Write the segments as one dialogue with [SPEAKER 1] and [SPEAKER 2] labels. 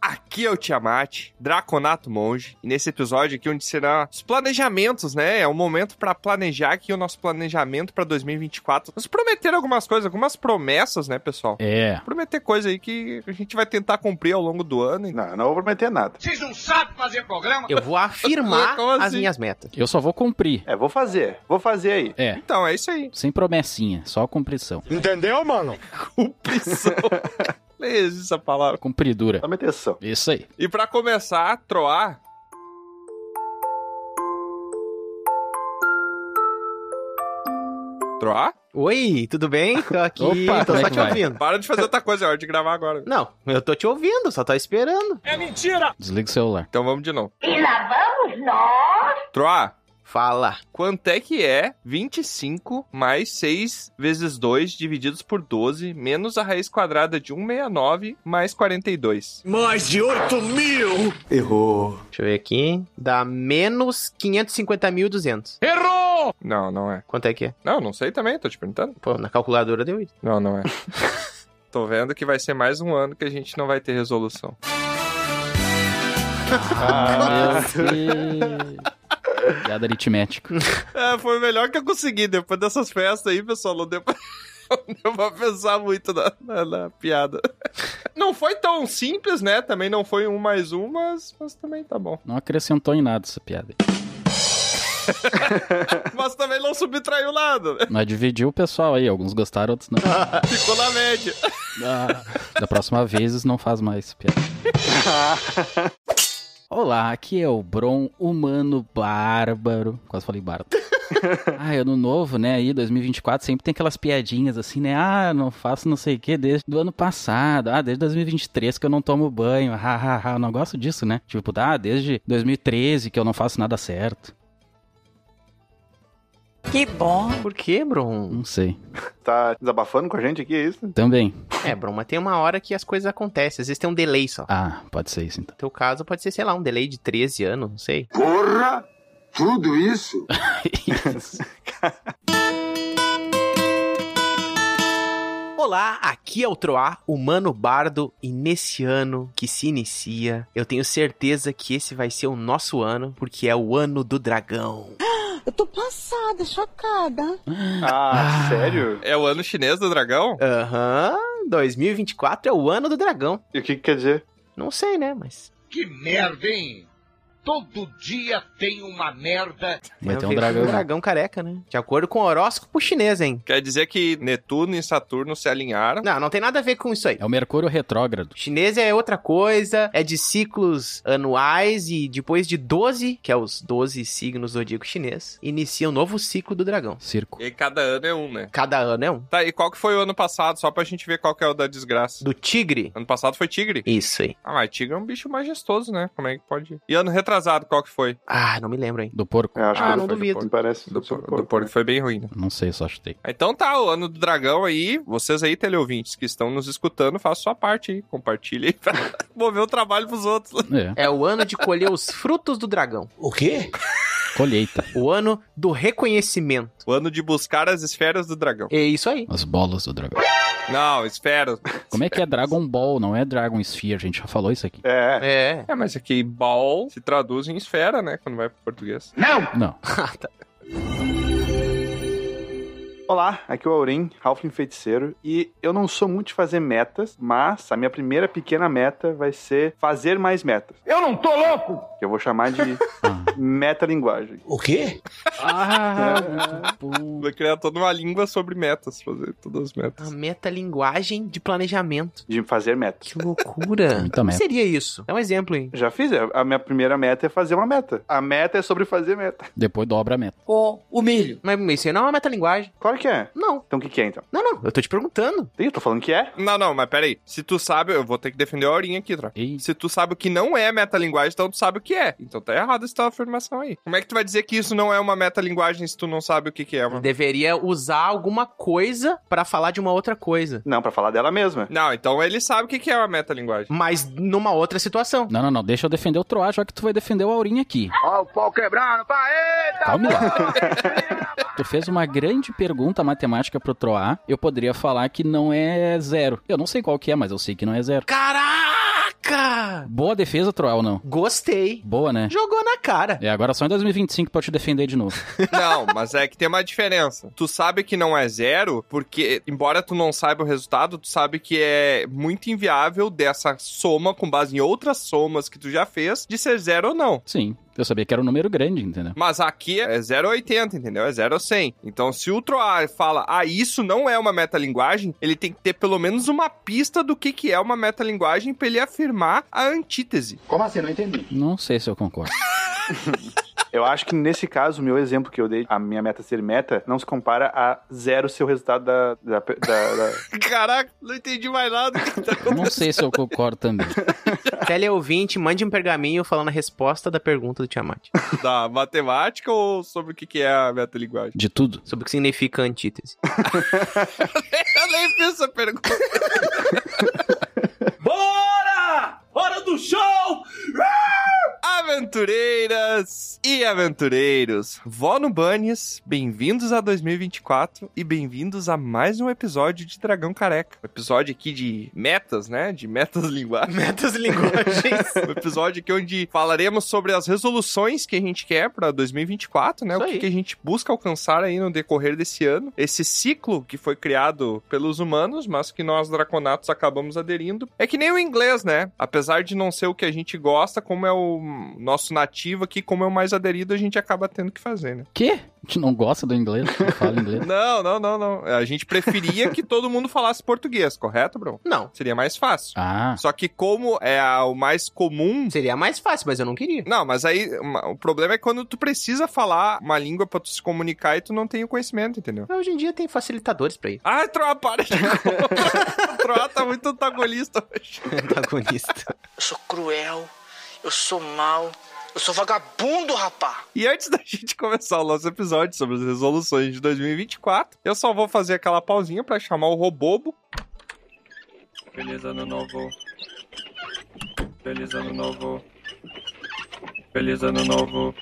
[SPEAKER 1] Aqui é o Tiamat, Draconato Monge, e nesse episódio aqui onde será os planejamentos, né? É um momento pra planejar aqui o nosso planejamento pra 2024. Nos prometeram algumas coisas, algumas promessas, né, pessoal?
[SPEAKER 2] É.
[SPEAKER 1] Prometer coisa aí que a gente vai tentar cumprir ao longo do ano. então. e-
[SPEAKER 3] Não, eu não vou prometer nada.
[SPEAKER 4] Vocês não sabem fazer programa?
[SPEAKER 5] Eu vou afirmar
[SPEAKER 1] Como
[SPEAKER 5] as
[SPEAKER 1] assim?
[SPEAKER 5] minhas metas.
[SPEAKER 2] Eu só vou cumprir.
[SPEAKER 3] É, vou fazer. Vou fazer aí.
[SPEAKER 2] É.
[SPEAKER 1] Então, é isso aí.
[SPEAKER 2] Sem promessinha, só cumprição.
[SPEAKER 6] Entendeu, mano?
[SPEAKER 1] Cumprição. Não existe essa palavra.
[SPEAKER 2] Cumpridura.
[SPEAKER 3] Tome atenção.
[SPEAKER 2] Isso aí.
[SPEAKER 1] E pra começar a troar. Troar?
[SPEAKER 5] Oi, tudo bem? Tô aqui,
[SPEAKER 2] Opa,
[SPEAKER 5] tô
[SPEAKER 2] como é
[SPEAKER 5] só
[SPEAKER 2] que
[SPEAKER 5] te
[SPEAKER 2] vai?
[SPEAKER 5] ouvindo.
[SPEAKER 1] Para de fazer outra coisa, é hora de gravar agora.
[SPEAKER 5] Não, eu tô te ouvindo, só tô esperando.
[SPEAKER 2] Desliga o celular.
[SPEAKER 1] Então vamos de novo.
[SPEAKER 7] E lá vamos nós.
[SPEAKER 1] Troar.
[SPEAKER 5] Fala.
[SPEAKER 1] Quanto é que é 25 mais 6 vezes 2 divididos por 12 menos a raiz quadrada de 169 mais 42?
[SPEAKER 6] Mais de 8 mil!
[SPEAKER 3] Errou.
[SPEAKER 5] Deixa eu ver aqui. Dá menos 550.200.
[SPEAKER 1] Não, não é.
[SPEAKER 5] Quanto é que é?
[SPEAKER 1] Não, não sei também, tô te perguntando.
[SPEAKER 5] Pô, na calculadora deu isso.
[SPEAKER 1] Não, não é. tô vendo que vai ser mais um ano que a gente não vai ter resolução.
[SPEAKER 2] Ah, meu Deus. Piada aritmética.
[SPEAKER 1] É, foi o melhor que eu consegui. Depois dessas festas aí, pessoal, não deu pra, não deu pra pensar muito na, na- na piada. Não foi tão simples, né? Também não foi um mais um, mas, mas também tá bom.
[SPEAKER 2] Não acrescentou em nada essa piada.
[SPEAKER 1] Mas também não subtraiu nada, né?
[SPEAKER 2] Mas dividiu o pessoal aí. Alguns gostaram, outros não.
[SPEAKER 1] Ficou na média.
[SPEAKER 2] Ah. Da próxima vez não faz mais piada. Olá, aqui é o Bron Humano Bárbaro. Quase falei bárbaro. Ah, ano novo, né? Aí, 2024, sempre tem aquelas piadinhas assim, né? Ah, não faço não sei o que desde do ano passado. Ah, desde 2023 que eu não tomo banho. Ha, ha, ha. Eu não gosto disso, né? Tipo, ah, desde 2013 que eu não faço nada certo.
[SPEAKER 8] Que bom.
[SPEAKER 5] Por quê, Bron?
[SPEAKER 2] Não sei.
[SPEAKER 3] Tá desabafando com a gente aqui, é isso?
[SPEAKER 2] Também.
[SPEAKER 5] É, Bron, mas tem uma hora que as coisas acontecem. Às vezes tem um delay só.
[SPEAKER 2] Ah, pode ser isso então.
[SPEAKER 5] No teu caso pode ser, sei lá, um delay de 13 anos, não sei.
[SPEAKER 6] Porra! Tudo isso?
[SPEAKER 5] Olá, aqui é o Troá, humano bardo, e nesse ano que se inicia, eu tenho certeza que esse vai ser o nosso ano, porque é o ano do dragão.
[SPEAKER 8] Eu tô passada, chocada.
[SPEAKER 3] Ah,
[SPEAKER 2] Ah.
[SPEAKER 3] sério?
[SPEAKER 1] É o ano chinês do dragão?
[SPEAKER 5] Aham, 2024 é o ano do dragão.
[SPEAKER 3] E o que, que quer dizer?
[SPEAKER 5] Não sei, né, mas...
[SPEAKER 4] Que merda, hein? Todo dia tem uma merda.
[SPEAKER 2] Vai ter
[SPEAKER 5] tem a
[SPEAKER 2] um
[SPEAKER 5] ver com
[SPEAKER 2] dragão.
[SPEAKER 5] É o dragão careca, né? De acordo com o horóscopo chinês, hein?
[SPEAKER 1] Quer dizer que Netuno e Saturno se alinharam.
[SPEAKER 5] Não, não tem nada a ver com isso aí.
[SPEAKER 2] É o Mercúrio Retrógrado.
[SPEAKER 5] O chinês é outra coisa, é de ciclos anuais e depois de 12, que é os 12 signos do zodíaco chinês, inicia um novo ciclo do dragão.
[SPEAKER 2] Circo.
[SPEAKER 1] E cada ano é um, né?
[SPEAKER 5] Cada ano é um.
[SPEAKER 1] Tá, e qual que foi o ano passado? Só pra gente ver qual que é o da desgraça.
[SPEAKER 5] Do tigre.
[SPEAKER 1] Ano passado foi tigre.
[SPEAKER 5] Isso aí.
[SPEAKER 1] Ah, mas tigre é um bicho majestoso, né? Como é que pode... E ano retrasado, qual que foi?
[SPEAKER 5] Ah, não me lembro, hein?
[SPEAKER 2] Do porco.
[SPEAKER 3] Eu acho
[SPEAKER 5] Ah,
[SPEAKER 3] que
[SPEAKER 5] não
[SPEAKER 3] foi do
[SPEAKER 5] duvido.
[SPEAKER 3] porco. Parece
[SPEAKER 1] Do,
[SPEAKER 3] do
[SPEAKER 1] por- do
[SPEAKER 3] porco,
[SPEAKER 1] porco
[SPEAKER 3] né?
[SPEAKER 1] foi bem ruim, né?
[SPEAKER 2] Não sei, só chutei.
[SPEAKER 1] Então tá, o ano do dragão aí, vocês aí, teleouvintes que estão nos escutando, façam sua parte aí, compartilha aí pra mover o trabalho pros outros.
[SPEAKER 2] É,
[SPEAKER 5] É o ano de colher os frutos do dragão.
[SPEAKER 6] O quê?
[SPEAKER 2] colheita.
[SPEAKER 5] O ano do reconhecimento.
[SPEAKER 1] O ano de buscar as esferas do dragão.
[SPEAKER 5] É isso aí.
[SPEAKER 2] As bolas do dragão.
[SPEAKER 1] Não, esferas.
[SPEAKER 2] Como é que é Dragon Ball? Não é Dragon Sphere, a gente já falou isso aqui.
[SPEAKER 3] É, é.
[SPEAKER 5] É.
[SPEAKER 1] É, mas aqui ball se traduz em esfera, né, quando vai pro português.
[SPEAKER 2] Não.
[SPEAKER 5] Ah, tá.
[SPEAKER 3] Olá, aqui é o Aurim, Halfling Feiticeiro, e eu não sou muito de fazer metas, mas a minha primeira pequena meta vai ser fazer mais metas.
[SPEAKER 4] Eu não tô louco!
[SPEAKER 3] que eu vou chamar de
[SPEAKER 2] Ah.
[SPEAKER 3] metalinguagem.
[SPEAKER 6] O quê?
[SPEAKER 2] Ah, muito bom.
[SPEAKER 1] Vai criar toda uma língua sobre metas, fazer todas as
[SPEAKER 5] A
[SPEAKER 1] metas.
[SPEAKER 5] metalinguagem de planejamento.
[SPEAKER 3] De fazer metas.
[SPEAKER 5] Que loucura.
[SPEAKER 2] Muita
[SPEAKER 5] O que
[SPEAKER 2] meta.
[SPEAKER 5] seria isso? É um exemplo, hein?
[SPEAKER 3] Já fiz, é, a minha primeira meta é fazer uma meta. A meta é sobre fazer meta.
[SPEAKER 2] Depois dobra a meta.
[SPEAKER 8] Com o milho.
[SPEAKER 5] Mas isso aí não é uma metalinguagem.
[SPEAKER 3] Claro que é.
[SPEAKER 5] Não.
[SPEAKER 3] Então o que, que é então?
[SPEAKER 5] Não, não. Eu tô te perguntando.
[SPEAKER 3] Ih, Eu tô falando que é.
[SPEAKER 1] Não, não, mas peraí. Se tu sabe, eu vou ter que defender a horinha aqui, troca.
[SPEAKER 2] Ei,
[SPEAKER 1] Se tu sabe o que não é metalinguagem, então tu sabe o que é. Então tá errado essa tua afirmação aí. Como é que tu vai dizer que isso não é uma metalinguagem se tu não sabe o que que é, mano?
[SPEAKER 5] Deveria usar alguma coisa pra falar de uma outra coisa.
[SPEAKER 3] Não, pra falar dela mesma.
[SPEAKER 1] Não, então ele sabe o que que é uma metalinguagem.
[SPEAKER 5] Mas numa outra situação.
[SPEAKER 2] Não, não, não. Deixa eu defender o Troá, já que tu vai defender o Aurinha aqui.
[SPEAKER 4] Ó, o pau quebrando, pai!
[SPEAKER 2] Calma lá. tu fez uma grande pergunta matemática pro Troá. Eu poderia falar que não é zero. Eu não sei qual que é, mas eu sei que não é zero.
[SPEAKER 5] Caraca! Caraca!
[SPEAKER 2] Boa defesa, Troll, ou não?
[SPEAKER 5] Gostei.
[SPEAKER 2] Boa, né?
[SPEAKER 5] Jogou na cara.
[SPEAKER 2] E agora só em 2025 pra eu te defender de novo.
[SPEAKER 1] Não, mas é que tem uma diferença. Tu sabe que não é zero, porque, embora tu não saiba o resultado, tu sabe que é muito inviável dessa soma, com base em outras somas que tu já fez, de ser zero ou não.
[SPEAKER 2] Sim. Eu sabia que era um número grande, entendeu?
[SPEAKER 1] Mas aqui é 0,80, entendeu? É 0 a 100. Então, se o Troar fala, ah, isso não é uma metalinguagem, ele tem que ter pelo menos uma pista do que, que é uma metalinguagem pra ele afirmar a antítese.
[SPEAKER 6] Como assim? Não entendi.
[SPEAKER 2] Não sei se eu concordo.
[SPEAKER 3] Eu acho que nesse caso, o meu exemplo que eu dei, a minha meta ser meta, não se compara a zero ser o resultado da. da, da- da-
[SPEAKER 1] Caraca, não entendi mais nada.
[SPEAKER 2] Não sei se eu concordo também.
[SPEAKER 5] Teleouvinte, mande um pergaminho falando a resposta da pergunta do Tiamat.
[SPEAKER 1] da matemática ou sobre o que, que é a metalinguagem?
[SPEAKER 2] De tudo.
[SPEAKER 5] Sobre o que significa antítese.
[SPEAKER 1] Eu nem fiz essa pergunta.
[SPEAKER 9] Bora! Hora do show! Ah!
[SPEAKER 1] Aventureiras e aventureiros, vó no Bunnies, bem-vindos a 2024 e bem-vindos a mais um episódio de Dragão Careca. Um episódio aqui de metas, né? De metas linguagens.
[SPEAKER 5] Metas e linguagens.
[SPEAKER 1] Um episódio aqui onde falaremos sobre as resoluções que a gente quer para 2024, né?
[SPEAKER 5] Isso
[SPEAKER 1] o que
[SPEAKER 5] aí.
[SPEAKER 1] que a gente busca alcançar aí no decorrer desse ano. Esse ciclo que foi criado pelos humanos, mas que nós draconatos acabamos aderindo. É que nem o inglês, né? Apesar de não ser o que a gente gosta, como é o nosso nativo aqui, como é o mais aderido, a gente acaba tendo que fazer, né?
[SPEAKER 2] Quê? A gente não gosta do inglês? Não fala inglês?
[SPEAKER 1] Não, não, não, não. A gente preferia que todo mundo falasse português, correto, Bruno?
[SPEAKER 5] Não.
[SPEAKER 1] Seria mais fácil.
[SPEAKER 2] Ah,
[SPEAKER 1] Só que como é a- o mais comum
[SPEAKER 5] Seria mais fácil, mas eu não queria.
[SPEAKER 1] Não, mas aí uma- o problema é quando tu precisa falar uma língua pra tu se comunicar e tu não tem o conhecimento, entendeu?
[SPEAKER 5] Mas hoje em dia tem facilitadores pra isso.
[SPEAKER 1] Ai, Troa, para de O Troa tá muito antagonista hoje.
[SPEAKER 5] Antagonista.
[SPEAKER 8] Eu sou cruel, eu sou mau, eu sou vagabundo, rapá.
[SPEAKER 1] E antes da gente começar o nosso episódio sobre as resoluções de 2024, eu só vou fazer aquela pausinha pra chamar o Robobo. Feliz ano novo. Feliz ano novo. Feliz ano novo.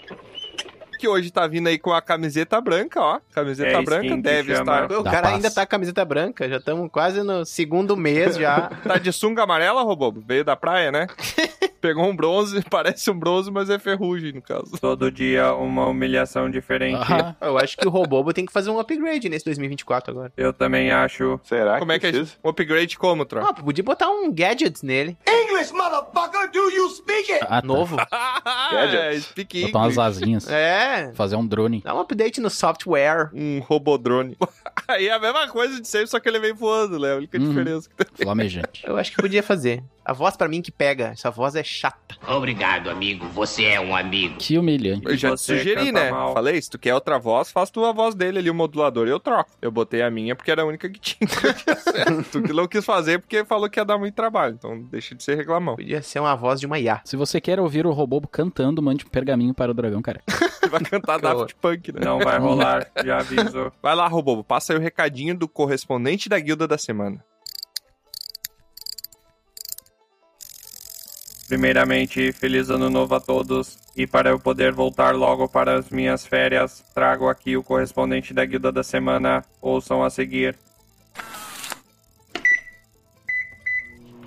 [SPEAKER 1] Que hoje tá vindo aí com a camiseta branca, ó. Camiseta
[SPEAKER 9] É
[SPEAKER 1] branca
[SPEAKER 9] skin que
[SPEAKER 1] deve
[SPEAKER 9] chama.
[SPEAKER 1] estar
[SPEAKER 5] O
[SPEAKER 2] Dá
[SPEAKER 5] cara
[SPEAKER 2] paz.
[SPEAKER 5] ainda tá com a camiseta branca, já estamos quase no segundo mês já.
[SPEAKER 1] Tá de sunga amarela, Robobo? Veio da praia, né? Pegou um bronze, parece um bronze, mas é ferrugem, no caso.
[SPEAKER 9] Todo dia uma humilhação diferente.
[SPEAKER 2] ah
[SPEAKER 5] Eu acho que o Robobo tem que fazer um upgrade nesse 2024 agora.
[SPEAKER 9] Eu também acho.
[SPEAKER 3] Será que
[SPEAKER 1] Como é que é
[SPEAKER 3] precisa?
[SPEAKER 1] isso? Um upgrade como, Tro?
[SPEAKER 5] Ah, podia botar um gadget nele.
[SPEAKER 6] English, motherfucker, do you speak it?
[SPEAKER 2] tá.
[SPEAKER 5] Novo.
[SPEAKER 1] é, speak
[SPEAKER 2] Botar umas
[SPEAKER 1] English.
[SPEAKER 2] asinhas.
[SPEAKER 5] É.
[SPEAKER 2] Fazer um drone.
[SPEAKER 5] Dá um update no software.
[SPEAKER 1] Um robodrone. Aí é a mesma coisa de sempre, só que ele vem voando, né? A única
[SPEAKER 2] Uhum.
[SPEAKER 1] diferença que tem.
[SPEAKER 2] Flamejante.
[SPEAKER 5] Eu acho que podia fazer. A voz pra mim que pega. Essa voz é chata.
[SPEAKER 4] Obrigado, amigo. Você é um amigo.
[SPEAKER 2] Que humilhante.
[SPEAKER 1] Eu já te
[SPEAKER 9] você
[SPEAKER 1] sugeri,
[SPEAKER 9] canta
[SPEAKER 1] né?
[SPEAKER 9] tá mal.
[SPEAKER 1] Falei, se tu quer outra voz, faz tu a voz dele ali, o modulador, eu troco. Eu botei a minha porque era a única que tinha. tu que não quis fazer porque falou que ia dar muito trabalho, então deixa de ser reclamão.
[SPEAKER 5] Podia ser uma voz de uma IA.
[SPEAKER 2] Se você quer ouvir o Robobo cantando, mande um pergaminho para o dragão, cara.
[SPEAKER 1] Ele vai cantar
[SPEAKER 5] Calma.
[SPEAKER 1] Daft Punk, né?
[SPEAKER 9] Não vai rolar, já aviso.
[SPEAKER 1] Vai lá, Robobo, passa aí o recadinho do correspondente da guilda da semana.
[SPEAKER 9] Primeiramente, feliz ano novo a todos. E para eu poder voltar logo para as minhas férias, trago aqui o correspondente da guilda da semana. Ouçam a seguir.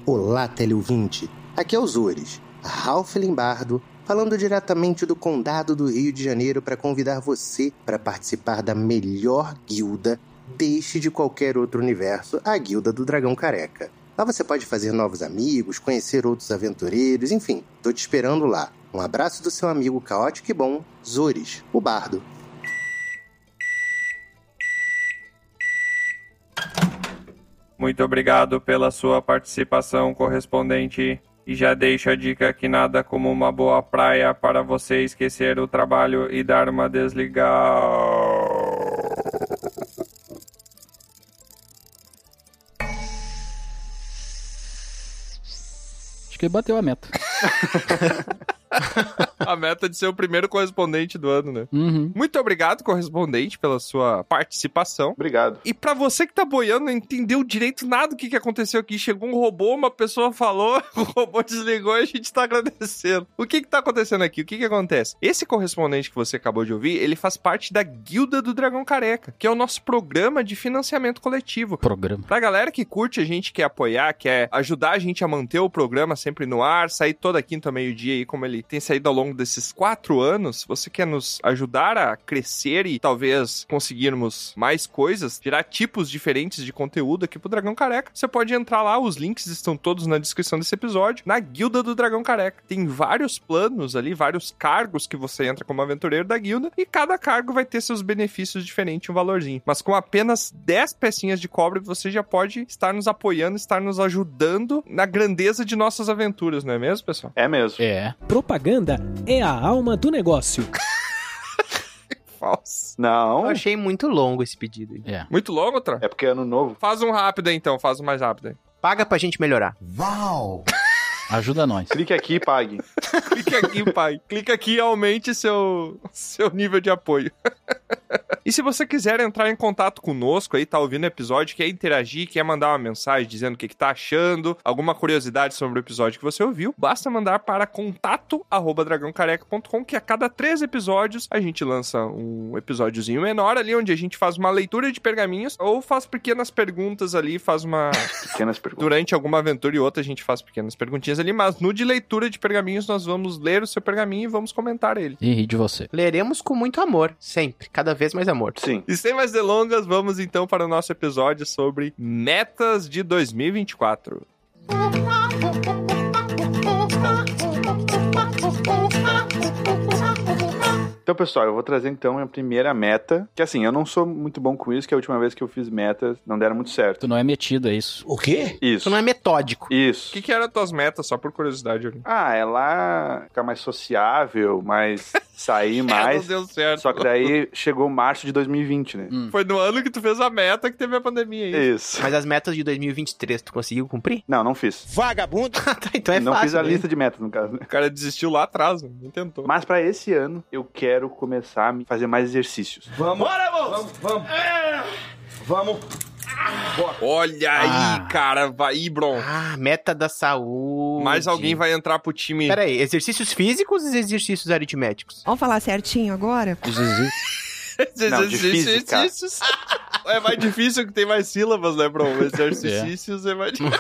[SPEAKER 10] Olá, teleouvinte. Aqui é os Ores, Ralph Limbardo, falando diretamente do Condado do Rio de Janeiro para convidar você para participar da melhor guilda deste de qualquer outro universo, a Guilda do Dragão Careca. Lá você pode fazer novos amigos, conhecer outros aventureiros, enfim, tô te esperando lá. Um abraço do seu amigo caótico e bom, Zores, o Bardo.
[SPEAKER 9] Muito obrigado pela sua participação correspondente. E já deixo a dica que nada como uma boa praia para você esquecer o trabalho e dar uma desligada.
[SPEAKER 2] Acho que ele bateu a meta.
[SPEAKER 1] a meta de ser o primeiro correspondente do ano, né?
[SPEAKER 2] Uhum.
[SPEAKER 1] Muito obrigado, correspondente, pela sua participação.
[SPEAKER 3] Obrigado.
[SPEAKER 1] E pra você que tá boiando, não entendeu direito nada do que, que aconteceu aqui. Chegou um robô, uma pessoa falou, o robô desligou e a gente tá agradecendo. O que que tá acontecendo aqui? O que que acontece? Esse correspondente que você acabou de ouvir, ele faz parte da Guilda do Dragão Careca, que é o nosso programa de financiamento coletivo.
[SPEAKER 2] Programa.
[SPEAKER 1] Pra galera que curte a gente, quer apoiar, quer ajudar a gente a manter o programa sempre no ar, sair toda quinta ao meio-dia aí, como ele tem saído ao longo desses quatro anos, você quer nos ajudar a crescer e talvez conseguirmos mais coisas, tirar tipos diferentes de conteúdo aqui pro Dragão Careca, você pode entrar lá, os links estão todos na descrição desse episódio, na Guilda do Dragão Careca. Tem vários planos ali, vários cargos que você entra como aventureiro da guilda, e cada cargo vai ter seus benefícios diferentes, um valorzinho. Mas com apenas 10 pecinhas de cobre, você já pode estar nos apoiando, estar nos ajudando na grandeza de nossas aventuras, não é mesmo, pessoal?
[SPEAKER 3] É mesmo.
[SPEAKER 2] É.
[SPEAKER 11] Propaganda é a alma do negócio.
[SPEAKER 1] Falso.
[SPEAKER 5] Eu
[SPEAKER 3] Não,
[SPEAKER 5] achei muito longo esse pedido. aí.
[SPEAKER 2] É.
[SPEAKER 1] Muito longo, outra?
[SPEAKER 3] é porque é ano novo.
[SPEAKER 1] Faz um rápido aí, então, faz um mais rápido. aí.
[SPEAKER 5] Paga pra gente melhorar.
[SPEAKER 6] Wow.
[SPEAKER 2] Ajuda nós.
[SPEAKER 3] Clique aqui e pague.
[SPEAKER 1] Clique aqui, pai. Clique aqui e aumente seu, seu nível de apoio. E se você quiser entrar em contato conosco aí, tá ouvindo o episódio, quer interagir, quer mandar uma mensagem dizendo o que, que tá achando, alguma curiosidade sobre o episódio que você ouviu, basta mandar para contato arroba dragãocareca.com que a cada três episódios a gente lança um episódiozinho menor ali, onde a gente faz uma leitura de pergaminhos ou faz pequenas perguntas ali, faz uma
[SPEAKER 3] Pequenas perguntas.
[SPEAKER 1] durante alguma aventura e outra a gente faz pequenas perguntinhas ali, mas no de leitura de pergaminhos nós vamos ler o seu pergaminho e vamos comentar ele.
[SPEAKER 2] E ri de você.
[SPEAKER 5] Leremos com muito amor, sempre, cada vez mais amor.
[SPEAKER 3] Sim.
[SPEAKER 1] E sem mais delongas, vamos então para o nosso episódio sobre metas de 2024.
[SPEAKER 3] Então, pessoal, eu vou trazer então a primeira meta. Que assim, eu não sou muito bom com isso, que a última vez que eu fiz metas não deram muito certo.
[SPEAKER 2] Tu não é metido, é isso.
[SPEAKER 6] O quê?
[SPEAKER 3] Isso.
[SPEAKER 5] Isso não é metódico.
[SPEAKER 1] O
[SPEAKER 3] Isso.
[SPEAKER 1] que, que eram as tuas metas, só por curiosidade? Yuri?
[SPEAKER 3] Ah, é lá ficar mais sociável, mais sair
[SPEAKER 1] É, não
[SPEAKER 3] mais.
[SPEAKER 1] deu certo. Hum.
[SPEAKER 3] Só que daí chegou março de 2020, né?
[SPEAKER 1] Foi no ano que tu fez a meta que teve a pandemia aí.
[SPEAKER 3] Isso.
[SPEAKER 5] Mas as metas de 2023, tu conseguiu cumprir?
[SPEAKER 3] Não, não fiz.
[SPEAKER 6] Vagabundo.
[SPEAKER 5] Ah, tá, então é
[SPEAKER 3] não
[SPEAKER 5] fácil.
[SPEAKER 3] fiz a
[SPEAKER 5] né?
[SPEAKER 3] lista de metas, no caso.
[SPEAKER 1] O cara desistiu lá atrás, né? nem tentou.
[SPEAKER 3] Mas pra esse ano, eu quero começar a me fazer mais exercícios.
[SPEAKER 6] Vamos. Bora, moço. Vamos, vamos.
[SPEAKER 1] Olha
[SPEAKER 2] Ah.
[SPEAKER 1] aí, cara, vai, aí, Bron.
[SPEAKER 5] Ah, meta da saúde.
[SPEAKER 1] Mais alguém vai entrar pro time.
[SPEAKER 5] Pera aí, exercícios físicos e exercícios aritméticos?
[SPEAKER 12] Vamos falar certinho agora?
[SPEAKER 3] Não, de física.
[SPEAKER 1] Exercícios. É mais difícil que tem mais sílabas, né, Bron? Exercícios é mais difícil.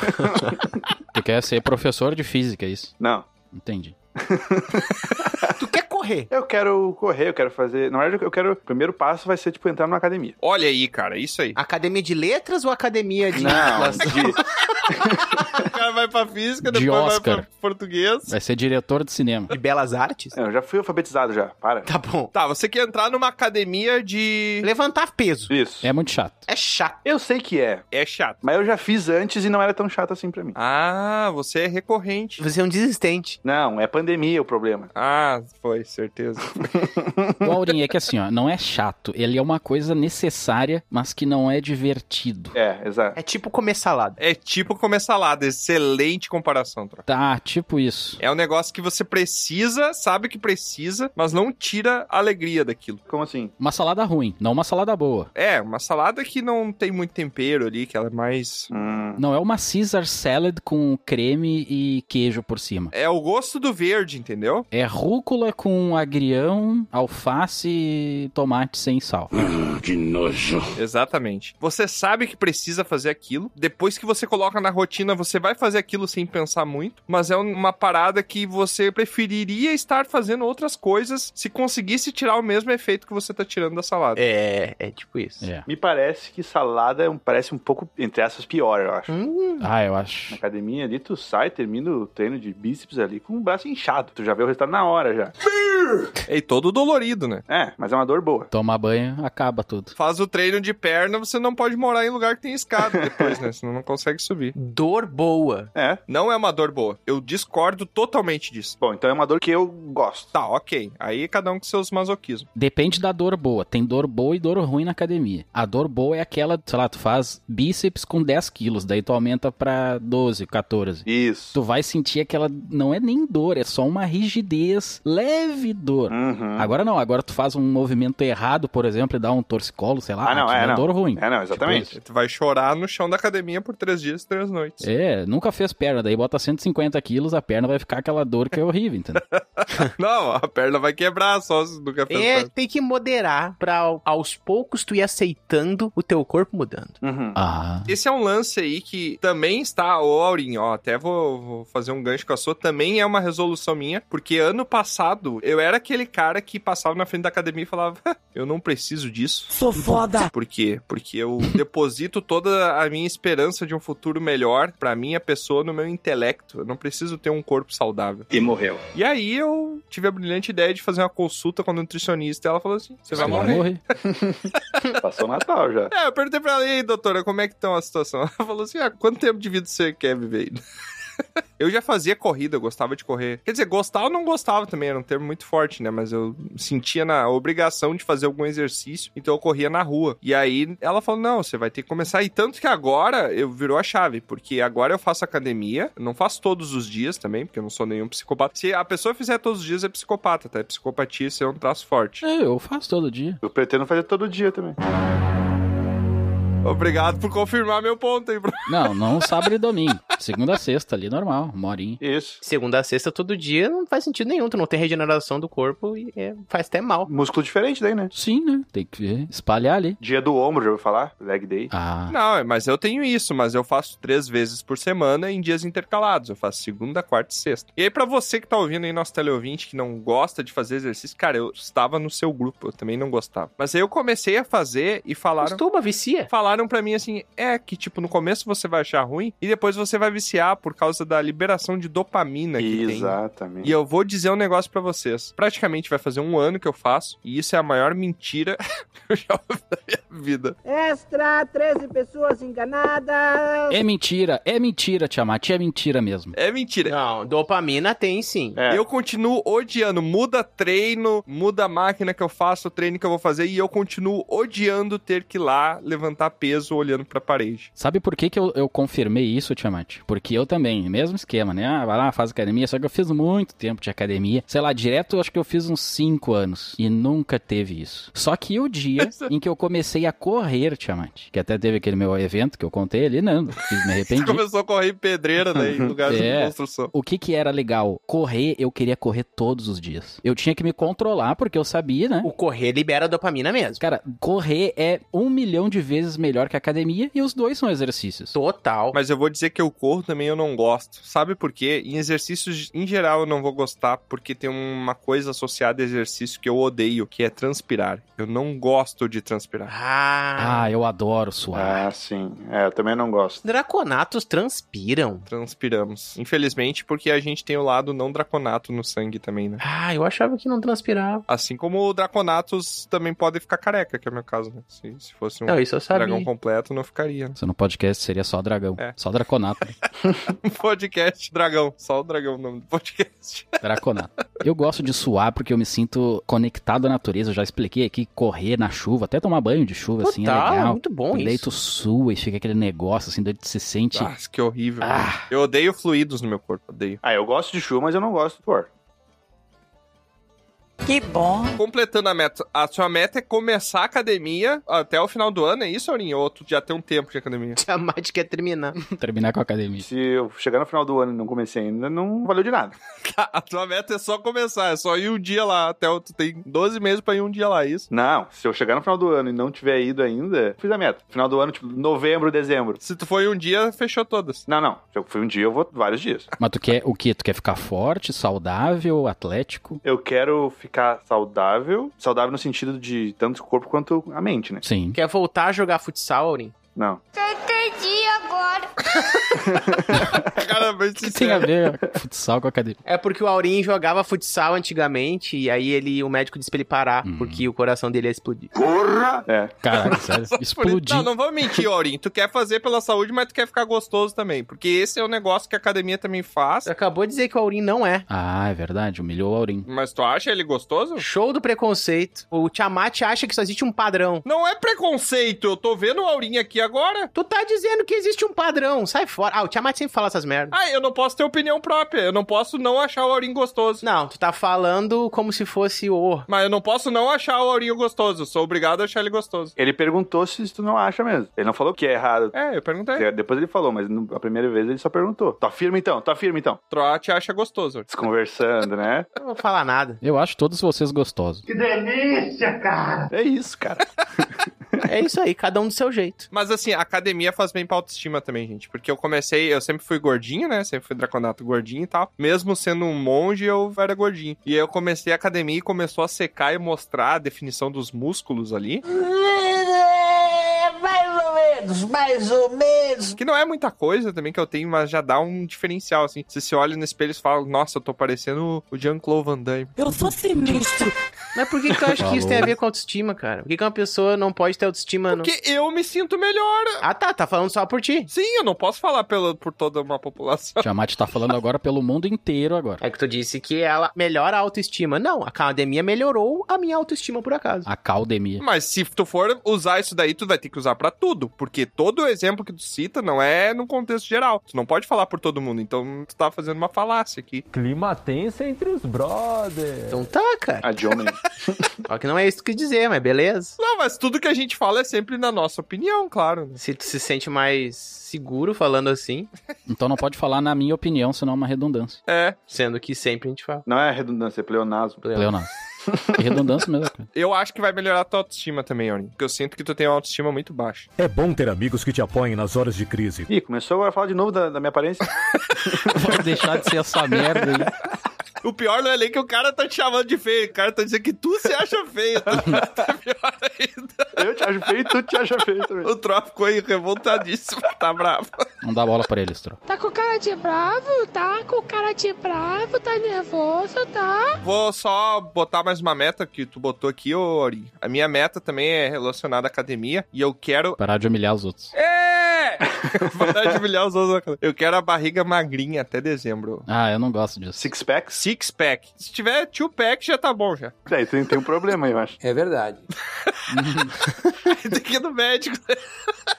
[SPEAKER 2] Tu quer ser professor de física, é isso?
[SPEAKER 3] Não.
[SPEAKER 2] Entendi.
[SPEAKER 5] tu quer correr?
[SPEAKER 3] Eu quero correr, eu quero fazer. Na verdade, eu quero. O primeiro passo vai ser, tipo, entrar numa academia.
[SPEAKER 1] Olha aí, cara, isso aí.
[SPEAKER 5] Academia de letras ou academia de
[SPEAKER 3] Não,
[SPEAKER 5] musculação?
[SPEAKER 3] de,
[SPEAKER 1] O cara vai pra física,
[SPEAKER 2] De
[SPEAKER 1] depois vai pra
[SPEAKER 2] Oscar.
[SPEAKER 1] português.
[SPEAKER 2] Vai ser diretor de cinema.
[SPEAKER 5] de belas artes?
[SPEAKER 3] eu já fui alfabetizado já, para.
[SPEAKER 5] Tá bom.
[SPEAKER 1] Tá, você quer entrar numa academia de.
[SPEAKER 5] Levantar peso.
[SPEAKER 3] Isso.
[SPEAKER 2] É muito chato.
[SPEAKER 5] É chato.
[SPEAKER 3] Eu sei que é,
[SPEAKER 1] É chato.
[SPEAKER 3] mas eu já fiz antes e não era tão chato assim pra mim.
[SPEAKER 1] Ah, você é recorrente.
[SPEAKER 5] Você é um desistente.
[SPEAKER 3] Não, é pandemia o problema.
[SPEAKER 1] Ah, foi, certeza.
[SPEAKER 2] O Aurim é que assim, ó, não é chato. Ele é uma coisa necessária, mas que não é divertido.
[SPEAKER 3] É, exato.
[SPEAKER 5] É tipo comer salada.
[SPEAKER 1] É tipo comer salada. Excelente comparação, Tro.
[SPEAKER 2] Tá, tipo isso.
[SPEAKER 1] É um negócio que você precisa, sabe que precisa, mas não tira a alegria daquilo.
[SPEAKER 3] Como assim?
[SPEAKER 2] Uma salada ruim, não uma salada boa.
[SPEAKER 1] É, uma salada que não tem muito tempero ali, que ela é mais.
[SPEAKER 3] Hum,
[SPEAKER 2] Não é uma Caesar salad com creme e queijo por cima.
[SPEAKER 1] É o gosto do verde, entendeu?
[SPEAKER 2] É rúcula com agrião, alface e tomate sem sal.
[SPEAKER 3] Ah,
[SPEAKER 6] Que nojo.
[SPEAKER 1] Exatamente. Você sabe que precisa fazer aquilo. Depois que você coloca na rotina, você vai fazer aquilo sem pensar muito. Mas é uma parada que você preferiria estar fazendo outras coisas se conseguisse tirar o mesmo efeito que você tá tirando da salada.
[SPEAKER 5] É, é tipo isso.
[SPEAKER 2] É.
[SPEAKER 3] me parece que salada é um- parece um pouco, entre aspas, pior, eu acho.
[SPEAKER 5] Hum,
[SPEAKER 2] Ah, eu
[SPEAKER 3] Na
[SPEAKER 2] acho.
[SPEAKER 3] academia ali, tu sai, termina o treino de bíceps ali com o braço inchado. Tu já vê o resultado na hora já.
[SPEAKER 1] E todo dolorido, né?
[SPEAKER 3] É, mas é uma dor boa.
[SPEAKER 2] Tomar banho, acaba tudo.
[SPEAKER 1] Faz o treino de perna, você não pode morar em lugar que tem escada depois, né? Senão não consegue subir.
[SPEAKER 5] Dor boa.
[SPEAKER 3] É.
[SPEAKER 1] Não é uma dor boa. Eu discordo totalmente disso.
[SPEAKER 3] Bom, então é uma dor que eu gosto.
[SPEAKER 1] Tá, ok. Aí cada um com seus masoquismos.
[SPEAKER 2] Depende da dor boa. Tem dor boa e dor ruim na academia. A dor boa é aquela, sei lá, tu faz bíceps com 10 quilos, daí tu aumenta pra 12, 14.
[SPEAKER 3] Isso.
[SPEAKER 2] Tu vai sentir aquela. Não é nem dor, é só uma rigidez, leve dor.
[SPEAKER 3] Uhum.
[SPEAKER 2] Agora não, agora tu faz um movimento errado, por exemplo, e dá um torcicolo, sei lá.
[SPEAKER 3] Ah, não,
[SPEAKER 2] aquilo
[SPEAKER 3] é, não.
[SPEAKER 2] dor ruim.
[SPEAKER 3] É, não, exatamente.
[SPEAKER 1] Tu vai chorar no chão da academia por três dias e três noites.
[SPEAKER 2] É, nunca fez perna, daí bota 150 quilos, a perna vai ficar aquela dor que é horrível, entendeu?
[SPEAKER 1] Não, a perna vai quebrar só se nunca fez
[SPEAKER 5] É,
[SPEAKER 1] nada.
[SPEAKER 5] tem que moderar pra ao- aos poucos tu ir aceitando o teu corpo mudando.
[SPEAKER 3] Uhum.
[SPEAKER 2] ah.
[SPEAKER 1] Esse é um lance aí que também está, ô Aurinho, ó, até vou, vou fazer um gancho com a sua, também é uma resolução minha, porque ano passado eu era aquele cara que passava na frente da academia e falava, "Ah, eu não preciso disso.
[SPEAKER 11] Sou foda!
[SPEAKER 1] Por quê? Porque eu deposito toda a minha esperança de um futuro melhor pra minha pessoa no meu intelecto. Eu não preciso ter um corpo saudável.
[SPEAKER 6] E morreu.
[SPEAKER 1] E aí eu tive a brilhante ideia de fazer uma consulta com a nutricionista e ela falou assim: você vai
[SPEAKER 2] Vai
[SPEAKER 1] morrer.
[SPEAKER 2] morrer.
[SPEAKER 3] Passou o Natal já.
[SPEAKER 1] É, eu perguntei pra ela, e aí, doutora, como é que tá a situação? Ela falou assim, ah, quanto tempo de vida você quer viver ainda? Eu já fazia corrida, eu gostava de correr. Quer dizer, gostava ou não gostava também, era um termo muito forte, né? Mas eu sentia na obrigação de fazer algum exercício, então eu corria na rua. E aí ela falou: não, você vai ter que começar. E tanto que agora eu virou a chave, porque agora eu faço academia, eu não faço todos os dias também, porque eu não sou nenhum psicopata. Se a pessoa fizer todos os dias, é psicopata, tá? Psicopatia, isso é um traço forte.
[SPEAKER 2] É, eu faço todo dia.
[SPEAKER 3] Eu pretendo fazer todo dia também.
[SPEAKER 1] Obrigado por confirmar meu ponto aí, bro.
[SPEAKER 2] Não, não sábado e domingo. Segunda a sexta ali, normal, uma horinha.
[SPEAKER 3] Isso.
[SPEAKER 5] Segunda a sexta, todo dia, não faz sentido nenhum. Tu não tem regeneração do corpo e é, faz até mal.
[SPEAKER 3] Músculo diferente daí, né?
[SPEAKER 2] Sim, né? Tem que espalhar ali.
[SPEAKER 3] Dia do ombro, já vou falar. Leg day.
[SPEAKER 2] Ah,
[SPEAKER 1] Não, é, mas eu tenho isso, mas eu faço três vezes por semana em dias intercalados. Eu faço segunda, quarta e sexta. E aí, pra você que tá ouvindo aí, nosso teleouvinte, que não gosta de fazer exercício, cara, eu estava no seu grupo, eu também não gostava. Mas aí eu comecei a fazer e falaram.
[SPEAKER 5] Costuma, vicia.
[SPEAKER 1] Falaram pra mim assim, é que tipo, no começo você vai achar ruim e depois você vai viciar por causa da liberação de dopamina que tem.
[SPEAKER 3] Exatamente.
[SPEAKER 1] E eu vou dizer um negócio pra vocês. Praticamente vai fazer um ano que eu faço, e isso é a maior mentira que eu já ouvi da minha vida.
[SPEAKER 12] Extra, 13 pessoas enganadas.
[SPEAKER 2] é mentira, é mentira, Tiamat, é mentira mesmo.
[SPEAKER 1] É mentira.
[SPEAKER 5] Não, dopamina tem sim.
[SPEAKER 3] É.
[SPEAKER 1] Eu continuo odiando. Muda treino, muda a máquina que eu faço, o treino que eu vou fazer, e eu continuo odiando ter que ir lá levantar peso olhando pra parede.
[SPEAKER 2] Sabe por que, que eu, eu confirmei isso, Tiamat? Porque eu também, mesmo esquema, né? Ah, vai lá, faz academia, só que eu fiz muito tempo de academia. Sei lá, direto eu acho que eu fiz uns 5 anos. E nunca teve isso. Só que o dia em que eu comecei a correr, Tiamat, que até teve aquele meu evento que eu contei ali, não, fiz, me
[SPEAKER 1] Você
[SPEAKER 2] arrependi.
[SPEAKER 1] começou a correr em pedreira, né? Em lugares de
[SPEAKER 2] É.
[SPEAKER 1] construção.
[SPEAKER 2] O que que era legal? Correr, eu queria correr todos os dias. Eu tinha que me controlar, porque eu sabia, né?
[SPEAKER 5] O correr libera dopamina mesmo.
[SPEAKER 2] Cara, correr é um milhão de vezes melhor que a academia e os dois são exercícios.
[SPEAKER 5] Total.
[SPEAKER 1] Mas eu vou dizer que eu corro também eu não gosto. Sabe por quê? Em exercícios, em geral, eu não vou gostar, porque tem uma coisa associada a exercício que eu odeio, que é transpirar. Eu não gosto de transpirar.
[SPEAKER 5] Ah.
[SPEAKER 2] Ah, eu adoro suar.
[SPEAKER 3] Ah, sim. É, eu também não gosto.
[SPEAKER 5] Draconatos transpiram.
[SPEAKER 1] Transpiramos. Infelizmente, porque a gente tem o lado não draconato no sangue também, né?
[SPEAKER 5] Ah, eu achava que não transpirava.
[SPEAKER 1] Assim como o Draconatos também pode ficar careca, que é o meu caso, né? Se, se
[SPEAKER 2] Hum,
[SPEAKER 1] fosse um
[SPEAKER 5] Não, isso eu
[SPEAKER 2] tá
[SPEAKER 5] sabia.
[SPEAKER 1] dragão completo, não ficaria. né?
[SPEAKER 2] Você no podcast seria só dragão.
[SPEAKER 1] É.
[SPEAKER 2] Só draconato. né?
[SPEAKER 1] Um podcast Dragão. Só o dragão o nome do podcast.
[SPEAKER 2] Draconato. Eu gosto de suar porque eu me sinto conectado à natureza. Eu já expliquei aqui, correr na chuva, até tomar banho de chuva, assim, é
[SPEAKER 5] Total,
[SPEAKER 2] legal.
[SPEAKER 5] muito bom
[SPEAKER 2] E daí
[SPEAKER 5] isso.
[SPEAKER 2] tu
[SPEAKER 5] Tá.
[SPEAKER 2] sua e fica aquele negócio, assim, daí tu se sente...
[SPEAKER 1] Nossa, que horrível.
[SPEAKER 2] Ah.
[SPEAKER 1] Eu odeio fluidos no meu corpo, odeio.
[SPEAKER 3] Ah, eu gosto de chuva, mas eu não gosto de suor.
[SPEAKER 13] Que bom.
[SPEAKER 1] Completando a meta, a sua meta é começar a academia até o final do ano, é isso, Aurinho? Ou tu já tem um tempo de academia?
[SPEAKER 5] Tiamat quer terminar.
[SPEAKER 2] Terminar com a academia.
[SPEAKER 3] Se eu chegar no final do ano e não comecei ainda, não valeu de nada.
[SPEAKER 1] a tua meta é só começar, é só ir um dia lá. Até o- tu tem 12 meses pra ir um dia lá, é isso?
[SPEAKER 3] Não, se eu chegar no final do ano e não tiver ido ainda, fiz a meta. Final do ano, tipo, novembro, dezembro.
[SPEAKER 1] Se tu foi um dia, fechou todas.
[SPEAKER 3] Não, não. Se eu fui um dia, eu vou vários dias.
[SPEAKER 2] Mas tu quer o quê? Tu quer ficar forte, saudável, atlético?
[SPEAKER 3] Eu quero ficar saudável. Saudável no sentido de tanto o corpo quanto a mente, né?
[SPEAKER 2] Sim.
[SPEAKER 5] Quer voltar a jogar futsal, Aurim?
[SPEAKER 3] Não.
[SPEAKER 7] Eu entendi agora.
[SPEAKER 1] Caramba,
[SPEAKER 2] O que tem a ver futsal com academia?
[SPEAKER 5] É porque o Aurinho jogava futsal antigamente e aí ele, o médico disse pra ele parar,
[SPEAKER 2] Uhum.
[SPEAKER 5] porque o coração dele ia explodir.
[SPEAKER 1] Porra!
[SPEAKER 3] É.
[SPEAKER 2] Caralho, sério.
[SPEAKER 5] tá
[SPEAKER 2] Explodiu.
[SPEAKER 1] Não, não vou mentir, Aurim. Tu quer fazer pela saúde, mas tu quer ficar gostoso também. Porque esse é o negócio que a academia também faz.
[SPEAKER 5] Acabou de dizer que o Aurim não é.
[SPEAKER 2] Ah, é verdade, humilhou o Aurim.
[SPEAKER 1] Mas tu acha ele gostoso?
[SPEAKER 5] Show do preconceito. O Tiamat acha que só existe um padrão.
[SPEAKER 1] Não é preconceito, eu tô vendo o Aurim aqui agora.
[SPEAKER 5] Tu tá dizendo que existe um padrão, sai fora. Ah, o Tiamat sempre fala essas merdas.
[SPEAKER 1] Ah, eu não posso ter opinião própria. Eu não posso não achar o Aurim gostoso.
[SPEAKER 5] Não, tu tá falando como se fosse o.
[SPEAKER 1] Mas eu não posso não achar o Aurinho gostoso. Sou obrigado a achar ele gostoso.
[SPEAKER 3] Ele perguntou se tu não acha mesmo. Ele não falou que é errado.
[SPEAKER 1] É, eu perguntei.
[SPEAKER 3] Depois ele falou, mas no- a primeira vez ele só perguntou. Tá firme então, tá firme então.
[SPEAKER 1] Troá te acha gostoso.
[SPEAKER 3] Desconversando, né?
[SPEAKER 5] Não vou falar nada.
[SPEAKER 2] Eu acho todos vocês gostosos.
[SPEAKER 7] Que delícia, cara!
[SPEAKER 3] É isso, cara.
[SPEAKER 5] É isso aí, cada um do seu jeito.
[SPEAKER 1] Mas assim, a academia faz bem pra autoestima também, gente. Porque eu comecei, eu sempre fui gordinho, né? Sempre fui draconato gordinho e tal. Mesmo sendo um monge, eu era gordinho. E aí eu comecei a academia e começou a secar e mostrar a definição dos músculos ali.
[SPEAKER 7] É, Mais ou menos, mais ou menos.
[SPEAKER 1] Que não é muita coisa também que eu tenho, mas já dá um diferencial, assim. Você se olha no espelho e fala, nossa, eu tô parecendo o Jean-Claude Van Damme.
[SPEAKER 7] Eu sou sinistro.
[SPEAKER 5] Mas por que, que tu acha que isso
[SPEAKER 1] Falou.
[SPEAKER 5] tem a ver com autoestima, cara? Por que, que uma pessoa não pode ter autoestima? não-
[SPEAKER 1] Porque eu me sinto melhor.
[SPEAKER 5] Ah tá, tá falando só por ti.
[SPEAKER 1] Sim, eu não posso falar pela, por toda uma população.
[SPEAKER 2] Tiamat tá falando agora pelo mundo inteiro agora.
[SPEAKER 5] É que tu disse que ela melhora a autoestima. Não, a academia melhorou a minha autoestima por acaso.
[SPEAKER 2] A caldemia.
[SPEAKER 1] Mas se tu for usar isso daí, tu vai ter que usar pra tudo, porque todo exemplo que tu cita não é no contexto geral. Tu não pode falar por todo mundo, então tu tá fazendo uma falácia aqui.
[SPEAKER 13] Clima tenso entre os brothers.
[SPEAKER 5] Então tá, cara.
[SPEAKER 3] A Johnny.
[SPEAKER 5] Só que não é isso que tu quis dizer, mas beleza.
[SPEAKER 1] Não, mas tudo que a gente fala é sempre na nossa opinião, claro. né?
[SPEAKER 5] Se tu se sente mais seguro falando assim,
[SPEAKER 2] Então não pode falar na minha opinião, senão é uma redundância.
[SPEAKER 1] É,
[SPEAKER 5] sendo que sempre a gente fala.
[SPEAKER 3] Não é redundância, é pleonasmo.
[SPEAKER 2] Leonardo. É redundância mesmo, cara.
[SPEAKER 1] eu acho que vai melhorar a tua autoestima também, Aurin, porque eu sinto que tu tem uma autoestima muito baixa.
[SPEAKER 13] É bom ter amigos que te apoiem nas horas de crise.
[SPEAKER 3] Ih, começou agora a falar de novo da, da minha aparência?
[SPEAKER 2] Pode deixar de ser essa merda aí.
[SPEAKER 1] O pior não é nem que o cara tá te chamando de feio, o cara tá dizendo que tu se acha feio. tá?
[SPEAKER 3] Eu te acho feio e tu te acha feio também.
[SPEAKER 1] o Tro ficou aí revoltadíssimo, tá bravo.
[SPEAKER 2] Não dá bola pra eles, tro.
[SPEAKER 14] Tá com cara de bravo? Tá com cara de bravo? Tá nervoso? Tá?
[SPEAKER 1] Vou só botar mais uma meta que tu botou aqui, ô Ori. A minha meta também é relacionada à academia e eu quero.
[SPEAKER 2] Parar de humilhar os outros.
[SPEAKER 1] Parar de humilhar os outros. na academia. Eu quero a barriga magrinha até dezembro.
[SPEAKER 2] Ah, eu não gosto disso.
[SPEAKER 3] Six packs?
[SPEAKER 1] Six pack. Se tiver two pack, já tá bom já.
[SPEAKER 3] Daí tem, tem um problema, eu acho.
[SPEAKER 13] É verdade.
[SPEAKER 1] Tem que ir no médico. né?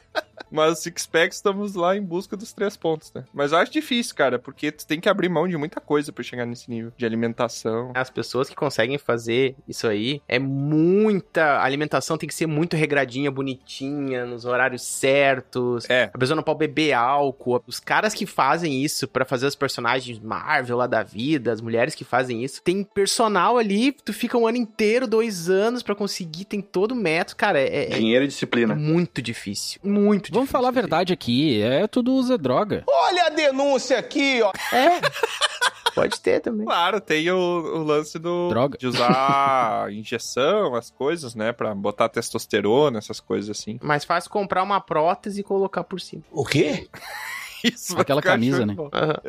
[SPEAKER 1] Mas o six pack estamos lá em busca dos três pontos, né? Mas eu acho difícil, cara, porque tu tem que abrir mão de muita coisa pra chegar nesse nível de alimentação.
[SPEAKER 5] As pessoas que conseguem fazer isso aí é muita. A alimentação tem que ser muito regradinha, bonitinha, nos horários certos.
[SPEAKER 1] É.
[SPEAKER 5] A pessoa não pode beber álcool. Os caras que fazem isso pra fazer os personagens Marvel lá da vida, as mulheres que fazem isso, tem personal ali, tu fica um ano inteiro, dois anos pra conseguir, tem todo o método. Cara, é, é-
[SPEAKER 3] Dinheiro e
[SPEAKER 5] é
[SPEAKER 3] disciplina.
[SPEAKER 5] muito difícil. Muito difícil.
[SPEAKER 2] Vamos falar a verdade aqui. É tudo usa droga.
[SPEAKER 4] Olha a denúncia aqui, ó.
[SPEAKER 5] Pode ter também.
[SPEAKER 1] Claro, tem o, o lance do
[SPEAKER 2] Droga.
[SPEAKER 1] de usar injeção, as coisas, né, Pra botar testosterona, essas coisas assim.
[SPEAKER 5] Mais fácil comprar uma prótese e colocar por cima.
[SPEAKER 4] O quê?
[SPEAKER 1] Isso vai
[SPEAKER 2] Aquela
[SPEAKER 1] ficar show de
[SPEAKER 2] camisa, né?
[SPEAKER 1] bola.
[SPEAKER 5] Aham.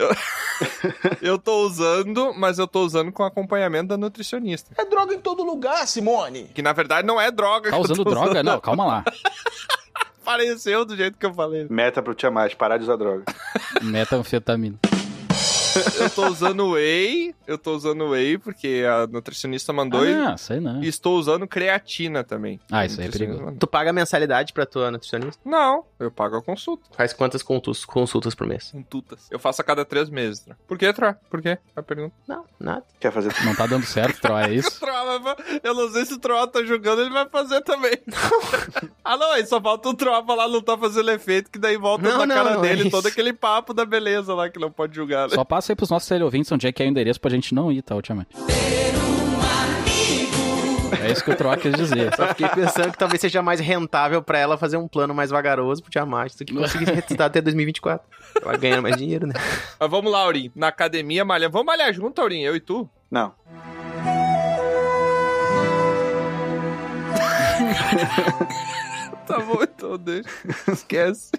[SPEAKER 1] Eu tô usando, mas eu tô usando com acompanhamento da nutricionista.
[SPEAKER 4] É droga em todo lugar, Simone.
[SPEAKER 1] Que na verdade não é droga.
[SPEAKER 2] Tá
[SPEAKER 1] que eu
[SPEAKER 2] usando
[SPEAKER 1] tô
[SPEAKER 2] droga?
[SPEAKER 1] usando.
[SPEAKER 2] Não, calma lá.
[SPEAKER 1] Pareceu do jeito que eu falei.
[SPEAKER 3] Meta pro Tiamat, parar de usar droga.
[SPEAKER 2] Metanfetamina.
[SPEAKER 1] Eu tô usando whey, eu tô usando whey porque a nutricionista mandou
[SPEAKER 2] Ah, sei não.
[SPEAKER 1] e estou usando creatina também.
[SPEAKER 2] Ah, isso aí é
[SPEAKER 1] Nutricionista
[SPEAKER 2] perigoso.
[SPEAKER 1] mandou.
[SPEAKER 5] Tu paga mensalidade pra tua nutricionista?
[SPEAKER 1] Não, eu pago a consulta.
[SPEAKER 5] Faz quantas contus- consultas por mês?
[SPEAKER 1] Consultas. Eu faço a cada três meses. Tra. Por quê, Tra? Por quê? Tá A pergunta.
[SPEAKER 5] Não, nada.
[SPEAKER 3] Quer fazer
[SPEAKER 2] Não tá dando certo, Tro, é
[SPEAKER 1] que o
[SPEAKER 2] isso?
[SPEAKER 1] Troá vai fa- Eu não sei se o Troá tá jogando, ele vai fazer também. ah, não, aí só falta o Troá lá não tá fazendo efeito, que daí volta
[SPEAKER 5] Não,
[SPEAKER 1] na
[SPEAKER 5] não,
[SPEAKER 1] cara
[SPEAKER 5] não é
[SPEAKER 1] dele
[SPEAKER 5] isso.
[SPEAKER 1] todo aquele papo da beleza lá que não pode julgar, né?
[SPEAKER 2] Só passa aí pros nossos teleouvintes onde é que é o endereço pra gente não ir, tá, ultimamente. É isso que o Troá quis dizer.
[SPEAKER 5] Só fiquei pensando que talvez seja mais rentável pra ela fazer um plano mais vagaroso pro Tiamat do que conseguir estudar até 2024. Ela ganha mais dinheiro, né?
[SPEAKER 1] Mas vamos lá, Aurim. Na academia, malhar. Vamos malhar junto, Aurim, eu e tu?
[SPEAKER 3] Não.
[SPEAKER 1] Tá bom, então deixa. Esquece.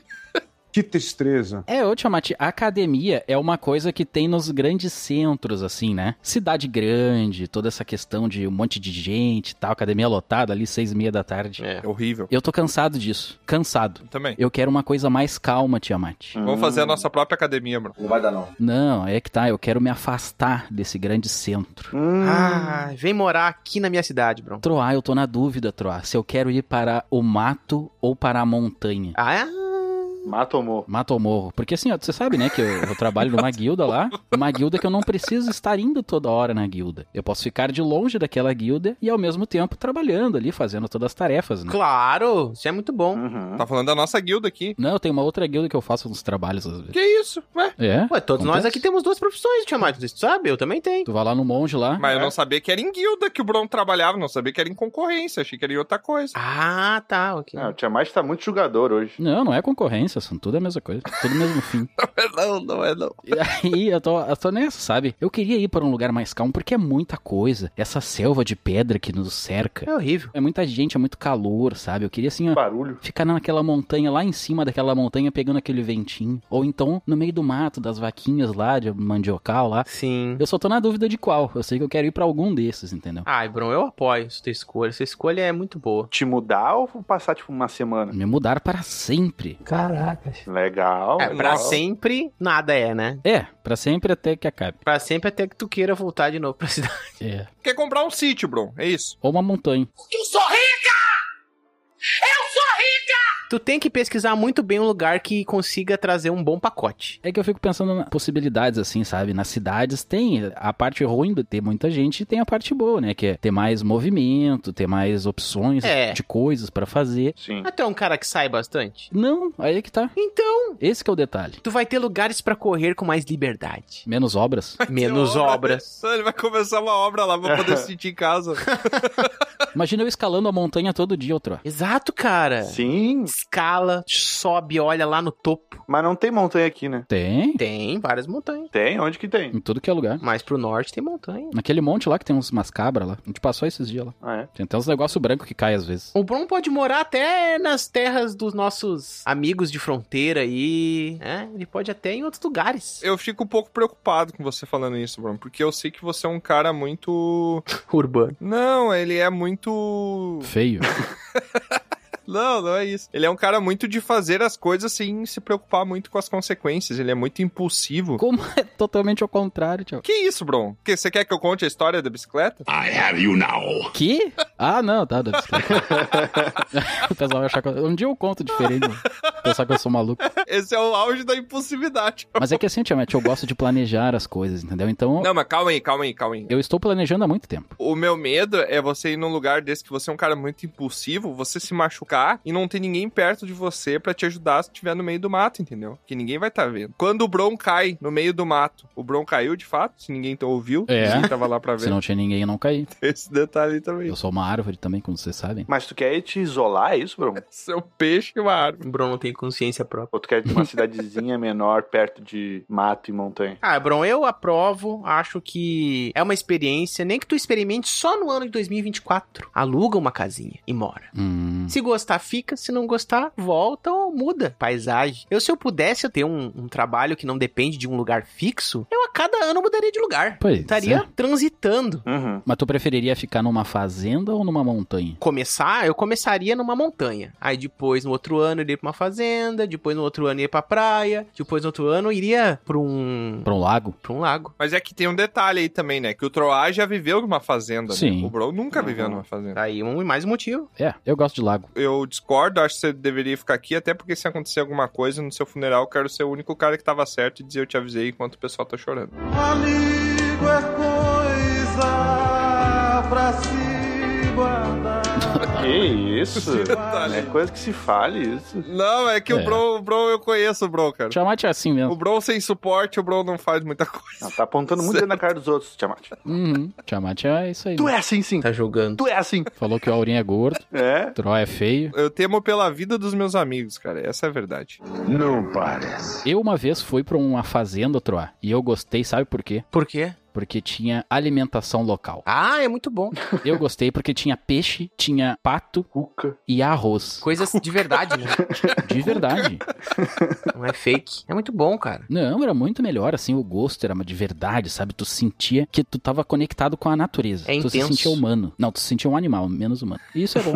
[SPEAKER 15] Que tristeza.
[SPEAKER 2] É, ô Tiamati, a academia é uma coisa que tem nos grandes centros, assim, né? Cidade grande, toda essa questão de um monte de gente e tal, academia lotada ali, seis e meia da tarde.
[SPEAKER 1] É. horrível.
[SPEAKER 2] Eu tô cansado disso. Cansado.
[SPEAKER 1] também.
[SPEAKER 2] Eu quero uma coisa mais calma, Tiamat.
[SPEAKER 1] Vamos fazer a nossa própria academia, Bruno. Não vai dar, não.
[SPEAKER 2] Não, é que tá, eu quero me afastar desse grande centro.
[SPEAKER 3] Hum.
[SPEAKER 5] Ah, vem morar aqui na minha cidade, Bruno.
[SPEAKER 2] Troá, eu tô na dúvida, Troá, se eu quero ir para o mato ou para a montanha.
[SPEAKER 5] Ah, é?
[SPEAKER 3] Mato ou morro?
[SPEAKER 2] Mato ou morro. Porque assim, ó, você sabe, né, que eu, eu trabalho numa guilda lá, uma guilda que eu não preciso estar indo toda hora na guilda. Eu posso ficar de longe daquela guilda e ao mesmo tempo trabalhando ali, fazendo todas as tarefas, né?
[SPEAKER 5] Claro, isso é muito bom.
[SPEAKER 1] Tá falando da nossa guilda aqui.
[SPEAKER 2] Não, eu tenho uma outra guilda que eu faço uns trabalhos às vezes.
[SPEAKER 1] Que isso? Ué?
[SPEAKER 2] É?
[SPEAKER 5] Ué, todos nós
[SPEAKER 2] Acontece.
[SPEAKER 5] aqui temos duas profissões, Tiamat, tu sabe? Eu também tenho.
[SPEAKER 2] Tu vai lá no monge lá.
[SPEAKER 1] Mas eu não sabia que era em guilda que o Bruno trabalhava, não sabia que era em concorrência, achei que era em outra coisa.
[SPEAKER 5] Ah, tá, ok.
[SPEAKER 3] Não, o Tiamat tá muito julgador hoje.
[SPEAKER 2] Não, não é concorrência, são tudo a mesma coisa, tudo é o mesmo fim.
[SPEAKER 1] não, não é não.
[SPEAKER 2] E aí eu tô, eu tô nessa, sabe? Eu queria ir para um lugar mais calmo porque é muita coisa. Essa selva de pedra que nos cerca.
[SPEAKER 5] É horrível.
[SPEAKER 2] É muita gente, é muito calor, sabe? Eu queria assim, ó,
[SPEAKER 3] Barulho.
[SPEAKER 2] ficar naquela montanha lá em cima daquela montanha pegando aquele ventinho, ou então no meio do mato das vaquinhas lá de mandiocal lá.
[SPEAKER 5] Sim.
[SPEAKER 2] Eu só tô na dúvida de qual. Eu sei que eu quero ir pra algum desses, entendeu?
[SPEAKER 5] Ai, Bruno, eu apoio sua escolha. Sua escolha é muito boa.
[SPEAKER 3] Te mudar ou passar, tipo, uma semana?
[SPEAKER 2] Me mudar para sempre.
[SPEAKER 5] Caracas.
[SPEAKER 3] Legal.
[SPEAKER 5] É, pra
[SPEAKER 3] legal.
[SPEAKER 5] sempre, nada é, né?
[SPEAKER 2] É, pra sempre até que acabe.
[SPEAKER 5] Pra sempre até que tu queira voltar de novo pra cidade.
[SPEAKER 2] É.
[SPEAKER 1] Quer comprar um sítio, Bruno, é isso.
[SPEAKER 2] Ou uma montanha.
[SPEAKER 4] Eu sou rica! Eu sou rica!
[SPEAKER 5] Tu tem que pesquisar muito bem um lugar que consiga trazer um bom pacote.
[SPEAKER 2] É que eu fico pensando nas possibilidades, assim, sabe? Nas cidades tem a parte ruim de ter muita gente e tem a parte boa, né? Que é ter mais movimento, ter mais opções
[SPEAKER 5] É.
[SPEAKER 2] de coisas pra fazer.
[SPEAKER 3] Sim.
[SPEAKER 5] Até um cara que sai bastante.
[SPEAKER 2] Não, aí é que tá.
[SPEAKER 5] Então,
[SPEAKER 2] Esse que é o detalhe.
[SPEAKER 5] tu vai ter lugares pra correr com mais liberdade.
[SPEAKER 2] Menos obras.
[SPEAKER 5] Menos obras.
[SPEAKER 1] Ele vai começar uma obra lá pra poder se sentir em casa.
[SPEAKER 2] Imagina eu escalando a montanha todo dia, outro.
[SPEAKER 5] Exato, cara.
[SPEAKER 3] Sim.
[SPEAKER 5] Escala, sobe, olha lá no topo.
[SPEAKER 3] Mas não tem montanha aqui, né?
[SPEAKER 2] Tem?
[SPEAKER 5] Tem várias montanhas.
[SPEAKER 3] Tem? Onde que tem?
[SPEAKER 2] Em tudo que é lugar.
[SPEAKER 5] Mas pro norte tem montanha.
[SPEAKER 2] Naquele monte lá que tem uns umas cabras lá. A gente passou esses dias lá.
[SPEAKER 3] Ah, é?
[SPEAKER 2] Tem até uns negócio branco que cai às vezes.
[SPEAKER 5] O Bruno pode morar até nas terras dos nossos amigos de fronteira aí. né? Ele pode até em outros lugares.
[SPEAKER 1] Eu fico um pouco preocupado com você falando isso, Bruno, porque eu sei que você é um cara muito.
[SPEAKER 5] Urbano.
[SPEAKER 1] Não, ele é muito.
[SPEAKER 2] Feio.
[SPEAKER 1] Não, não é isso. Ele é um cara muito de fazer as coisas sem se preocupar muito com as consequências. Ele é muito impulsivo.
[SPEAKER 2] Como é totalmente ao contrário, tio.
[SPEAKER 1] Que isso, Bron? Que, você quer que eu conte a história da bicicleta?
[SPEAKER 6] I have you now.
[SPEAKER 2] Que? Ah, não, tá, da bicicleta. o pessoal vai achar que eu... Um dia eu conto diferente, mano. pensar que eu sou maluco.
[SPEAKER 1] Esse é o auge da impulsividade.
[SPEAKER 2] Mas é que assim, Tiamat, eu gosto de planejar as coisas, entendeu? Então,
[SPEAKER 1] Não, mas calma aí, calma aí, calma aí.
[SPEAKER 2] eu estou planejando há muito tempo.
[SPEAKER 1] O meu medo é você ir num lugar desse que você é um cara muito impulsivo, você se machucar e não ter ninguém perto de você pra te ajudar se estiver no meio do mato, entendeu? Que ninguém vai estar vendo. Quando o Bron cai no meio do mato, o Bron caiu de fato, se ninguém tá, ouviu,
[SPEAKER 2] É.
[SPEAKER 1] ninguém tava lá pra ver.
[SPEAKER 2] Se não tinha ninguém, eu não caí.
[SPEAKER 1] Esse detalhe também.
[SPEAKER 2] Eu sou uma árvore também, como vocês sabem.
[SPEAKER 3] Mas tu quer ir te isolar, é isso, Bruno?
[SPEAKER 1] Esse é um peixe e uma árvore.
[SPEAKER 5] O Bruno não tem consciência própria.
[SPEAKER 3] Ou tu quer ir pra uma cidadezinha menor, perto de mato e montanha?
[SPEAKER 5] Ah, Bruno, eu aprovo. Acho que é uma experiência. Nem que tu experimente só no ano de 2024. Aluga uma casinha e mora.
[SPEAKER 2] Hum.
[SPEAKER 5] Se gostar, fica. Se não gostar, volta ou muda. Paisagem. Eu, se eu pudesse ter um, um trabalho que não depende de um lugar fixo, eu a cada ano mudaria de lugar.
[SPEAKER 2] Pois
[SPEAKER 5] Estaria
[SPEAKER 2] é.
[SPEAKER 5] transitando.
[SPEAKER 3] Uhum.
[SPEAKER 2] Mas tu preferiria ficar numa fazenda ou numa montanha?
[SPEAKER 5] começar, eu começaria numa montanha. Aí depois, no outro ano, eu iria pra uma fazenda. Depois, no outro ano, eu ia pra praia. Depois, no outro ano, eu iria pra um.
[SPEAKER 2] Pra um lago?
[SPEAKER 5] pra um lago.
[SPEAKER 1] Mas é que tem um detalhe aí também, né? Que o Troá já viveu numa fazenda, né?
[SPEAKER 2] Sim.
[SPEAKER 1] O Bron nunca viveu
[SPEAKER 3] Uhum.
[SPEAKER 1] numa fazenda.
[SPEAKER 5] Aí, um, mais um motivo.
[SPEAKER 2] É, eu gosto de lago.
[SPEAKER 1] Eu discordo, acho que você deveria ficar aqui, até porque se acontecer alguma coisa no seu funeral, eu quero ser o único cara que tava certo e dizer eu te avisei enquanto o pessoal tá chorando.
[SPEAKER 6] Amigo é coisa pra se guardar.
[SPEAKER 3] Que isso?
[SPEAKER 1] detalhe.
[SPEAKER 3] é coisa que se fale isso.
[SPEAKER 1] Não, é que
[SPEAKER 2] É.
[SPEAKER 1] o Bron, o Bron eu conheço o Bron, cara.
[SPEAKER 2] Tiamat é assim
[SPEAKER 1] O
[SPEAKER 2] mesmo.
[SPEAKER 1] Bron sem suporte, o Bron não faz muita coisa.
[SPEAKER 3] Não, tá apontando muito dentro na cara dos outros, Tiamat.
[SPEAKER 2] Uhum. Tiamat é isso aí.
[SPEAKER 3] Tu
[SPEAKER 2] né?
[SPEAKER 3] é assim sim.
[SPEAKER 5] Tá jogando.
[SPEAKER 3] Tu é assim.
[SPEAKER 2] Falou que o Aurinho é gordo,
[SPEAKER 3] É?
[SPEAKER 2] o Troy é feio.
[SPEAKER 1] Eu temo pela vida dos meus amigos, cara. Essa é a verdade.
[SPEAKER 6] Não parece.
[SPEAKER 2] Eu uma vez fui pra uma fazenda, Troá, e eu gostei, sabe por quê?
[SPEAKER 5] Por quê?
[SPEAKER 2] porque tinha alimentação local.
[SPEAKER 5] Ah, é muito bom.
[SPEAKER 2] Eu gostei porque tinha peixe, tinha pato
[SPEAKER 3] Cuca.
[SPEAKER 2] e arroz.
[SPEAKER 5] Coisas de verdade, né?
[SPEAKER 2] De verdade.
[SPEAKER 5] Não é fake. É muito bom, cara.
[SPEAKER 2] Não, era muito melhor, assim, o gosto era de verdade, sabe? Tu sentia que tu tava conectado com a natureza.
[SPEAKER 5] É
[SPEAKER 2] tu se
[SPEAKER 5] intenso.
[SPEAKER 2] sentia humano. Não, tu se sentia um animal, menos humano. Isso é bom.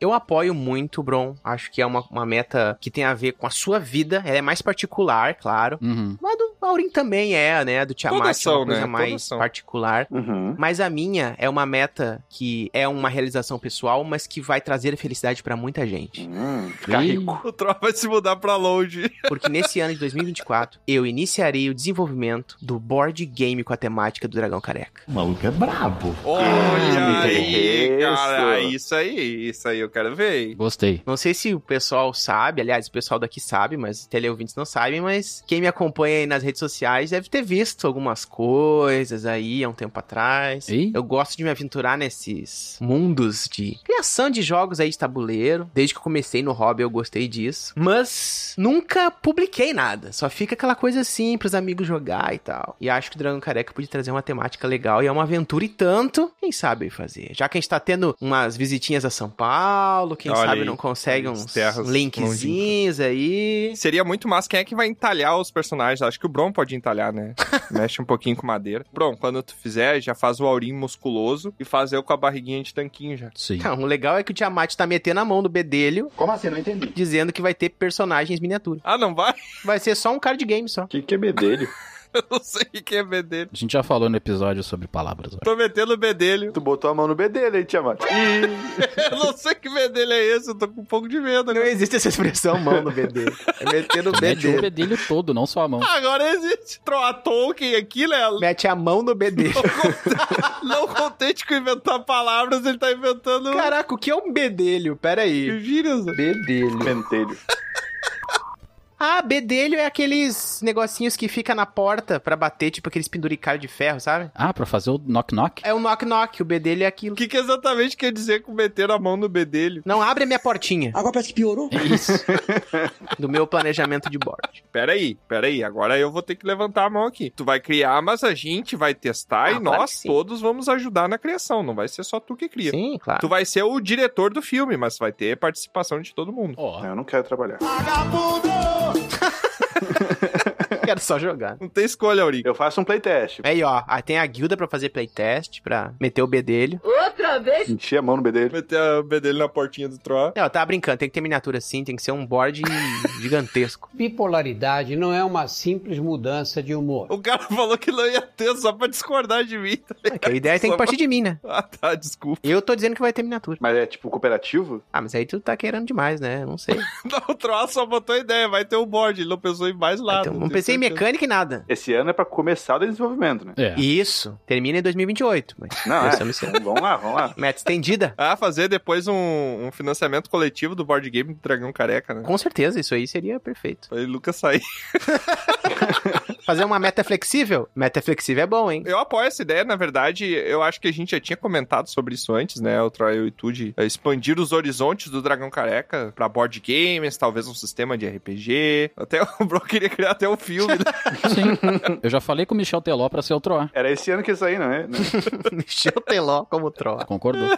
[SPEAKER 5] Eu apoio muito, Bron. Acho que é uma, uma meta que tem a ver com a sua vida. Ela é mais particular, claro.
[SPEAKER 2] Uhum.
[SPEAKER 5] Mas do Aurim também é, né? Do Tiamat
[SPEAKER 1] Todas
[SPEAKER 5] é
[SPEAKER 1] são,
[SPEAKER 5] uma coisa
[SPEAKER 1] né? Todas
[SPEAKER 5] mais
[SPEAKER 1] são.
[SPEAKER 5] particular.
[SPEAKER 3] Uhum.
[SPEAKER 5] Mas a minha é uma meta que é uma realização pessoal, mas que vai trazer felicidade pra muita gente.
[SPEAKER 3] Hum, ficar
[SPEAKER 5] Ih.
[SPEAKER 3] rico.
[SPEAKER 1] O Troll vai se mudar pra longe.
[SPEAKER 5] Porque nesse ano de 2024, eu iniciarei o desenvolvimento do board game com a temática do Dragão Careca.
[SPEAKER 15] O maluco é brabo.
[SPEAKER 1] Olha
[SPEAKER 5] Ah,
[SPEAKER 1] aí,
[SPEAKER 5] isso.
[SPEAKER 1] cara. Isso aí, isso aí eu quero ver. hein?
[SPEAKER 2] Gostei.
[SPEAKER 5] Não sei se o pessoal sabe, aliás, o pessoal daqui sabe, mas teleouvintes não sabem, mas quem me acompanha aí nas redes sociais deve ter visto algumas coisas aí há um tempo atrás. Eu gosto de me aventurar nesses mundos de criação de jogos aí de tabuleiro. Desde que eu comecei no hobby eu gostei disso, mas nunca publiquei nada. Só fica aquela coisa assim pros amigos jogar e tal. E acho que o Dragão Careca podia trazer uma temática legal e é uma aventura e tanto, quem sabe fazer. Já que a gente tá tendo umas visitinhas a São Paulo, quem
[SPEAKER 1] Olha
[SPEAKER 5] sabe
[SPEAKER 1] aí,
[SPEAKER 5] não consegue
[SPEAKER 1] olha
[SPEAKER 5] uns
[SPEAKER 1] as terras
[SPEAKER 5] linkzinhos aí.
[SPEAKER 1] Seria muito massa quem é que vai entalhar os personagens. Acho que o Bron pode entalhar, né? Mexe um pouquinho com madeira. Bron, quando tu fizer, já faz o aurim musculoso e faz eu com a barriguinha de tanquinho já.
[SPEAKER 2] Sim.
[SPEAKER 5] Não, o legal é que o Tiamat tá metendo a mão no bedelho. Como assim? Não entendi. Dizendo que vai ter personagens miniatura.
[SPEAKER 1] Ah, não vai?
[SPEAKER 5] Vai ser só um card game só.
[SPEAKER 3] Que que é bedelho?
[SPEAKER 1] Eu não sei o que é bedelho.
[SPEAKER 2] A gente já falou no episódio sobre palavras. ó.
[SPEAKER 1] Tô metendo o bedelho.
[SPEAKER 3] Tu botou a mão no bedelho, hein, Tiamat?
[SPEAKER 1] eu não sei que bedelho é esse, eu tô com um pouco de medo.
[SPEAKER 5] Não existe essa expressão mão no bedelho. É metendo o
[SPEAKER 2] Tu mete o
[SPEAKER 5] bedelho.
[SPEAKER 2] bedelho todo, não só a mão.
[SPEAKER 1] Agora existe. Troa Tolkien aqui, né?
[SPEAKER 5] Mete a mão no bedelho.
[SPEAKER 1] Não contente com inventar palavras, ele tá inventando.
[SPEAKER 5] Caraca, o que é um bedelho? Pera aí.
[SPEAKER 1] Gírias.
[SPEAKER 5] Bedelho.
[SPEAKER 3] Pentelho.
[SPEAKER 5] Ah, bedelho é aqueles negocinhos que fica na porta pra bater, tipo aqueles penduricalhos de ferro, sabe?
[SPEAKER 2] Ah, pra fazer o knock-knock?
[SPEAKER 5] É o knock-knock, o bedelho é aquilo.
[SPEAKER 1] O que, que exatamente quer dizer com meter a mão no bedelho?
[SPEAKER 5] Não abre a minha portinha.
[SPEAKER 7] Agora parece que piorou.
[SPEAKER 2] Isso.
[SPEAKER 5] Do meu planejamento de board.
[SPEAKER 1] Peraí, peraí, agora eu vou ter que levantar a mão aqui. Tu vai criar, mas a gente vai testar
[SPEAKER 5] Ah,
[SPEAKER 1] e
[SPEAKER 5] claro que
[SPEAKER 1] nós
[SPEAKER 5] sim.
[SPEAKER 1] todos vamos ajudar na criação. Não vai ser só tu que cria.
[SPEAKER 5] Sim, claro.
[SPEAKER 1] Tu vai ser o diretor do filme, mas vai ter participação de todo mundo.
[SPEAKER 2] Ó.
[SPEAKER 3] Ah, Eu não quero trabalhar.
[SPEAKER 5] Quero só jogar.
[SPEAKER 1] Não tem escolha, Auri.
[SPEAKER 3] Eu faço um playtest.
[SPEAKER 5] Aí, ó, ah, tem a guilda pra fazer playtest, pra meter o bedelho.
[SPEAKER 7] Outra vez.
[SPEAKER 3] Enchi a mão no bedelho.
[SPEAKER 1] Meter a bedelho na portinha do Troá.
[SPEAKER 5] Não, tá brincando, tem que ter miniatura sim, tem que ser um board gigantesco.
[SPEAKER 16] Bipolaridade não é uma simples mudança de humor.
[SPEAKER 1] O cara falou que não ia ter só pra discordar de mim. tá ligado?
[SPEAKER 5] É Que a ideia tem
[SPEAKER 1] Só
[SPEAKER 5] que partir de mim, né?
[SPEAKER 1] pra- Ah, tá, desculpa.
[SPEAKER 5] Eu tô dizendo que vai ter miniatura.
[SPEAKER 3] Mas é tipo cooperativo?
[SPEAKER 5] Ah, mas aí tu tá querendo demais, né? Não sei.
[SPEAKER 1] Não, o Troá só botou a ideia, vai ter o board, ele não pensou em mais nada.
[SPEAKER 5] Então, não pensei em mecânica e nada.
[SPEAKER 3] Esse ano é pra começar o desenvolvimento, né?
[SPEAKER 2] É.
[SPEAKER 5] Isso. Termina em 2028. Mas
[SPEAKER 3] Não, é.
[SPEAKER 5] pensamos em-
[SPEAKER 3] Vamos lá, vamos lá.
[SPEAKER 5] Meta estendida.
[SPEAKER 1] Ah, fazer depois um, um financiamento coletivo do board game do Dragão Careca, né?
[SPEAKER 5] Com certeza, isso aí seria perfeito.
[SPEAKER 1] Aí o Lucas sair.
[SPEAKER 5] Fazer uma meta flexível? Meta flexível é bom, hein?
[SPEAKER 1] Eu apoio essa ideia, na verdade, eu acho que a gente já tinha comentado sobre isso antes, né? O Troy e o Tude é, expandir os horizontes do Dragão Careca pra board games, talvez um sistema de RPG. Até o Bro queria criar até um filme. né?
[SPEAKER 2] Sim. Eu já falei com o Michel Teló pra ser o Troá.
[SPEAKER 3] Era esse ano que ia sair, não é?
[SPEAKER 5] Michel Teló como troa.
[SPEAKER 2] Concordou?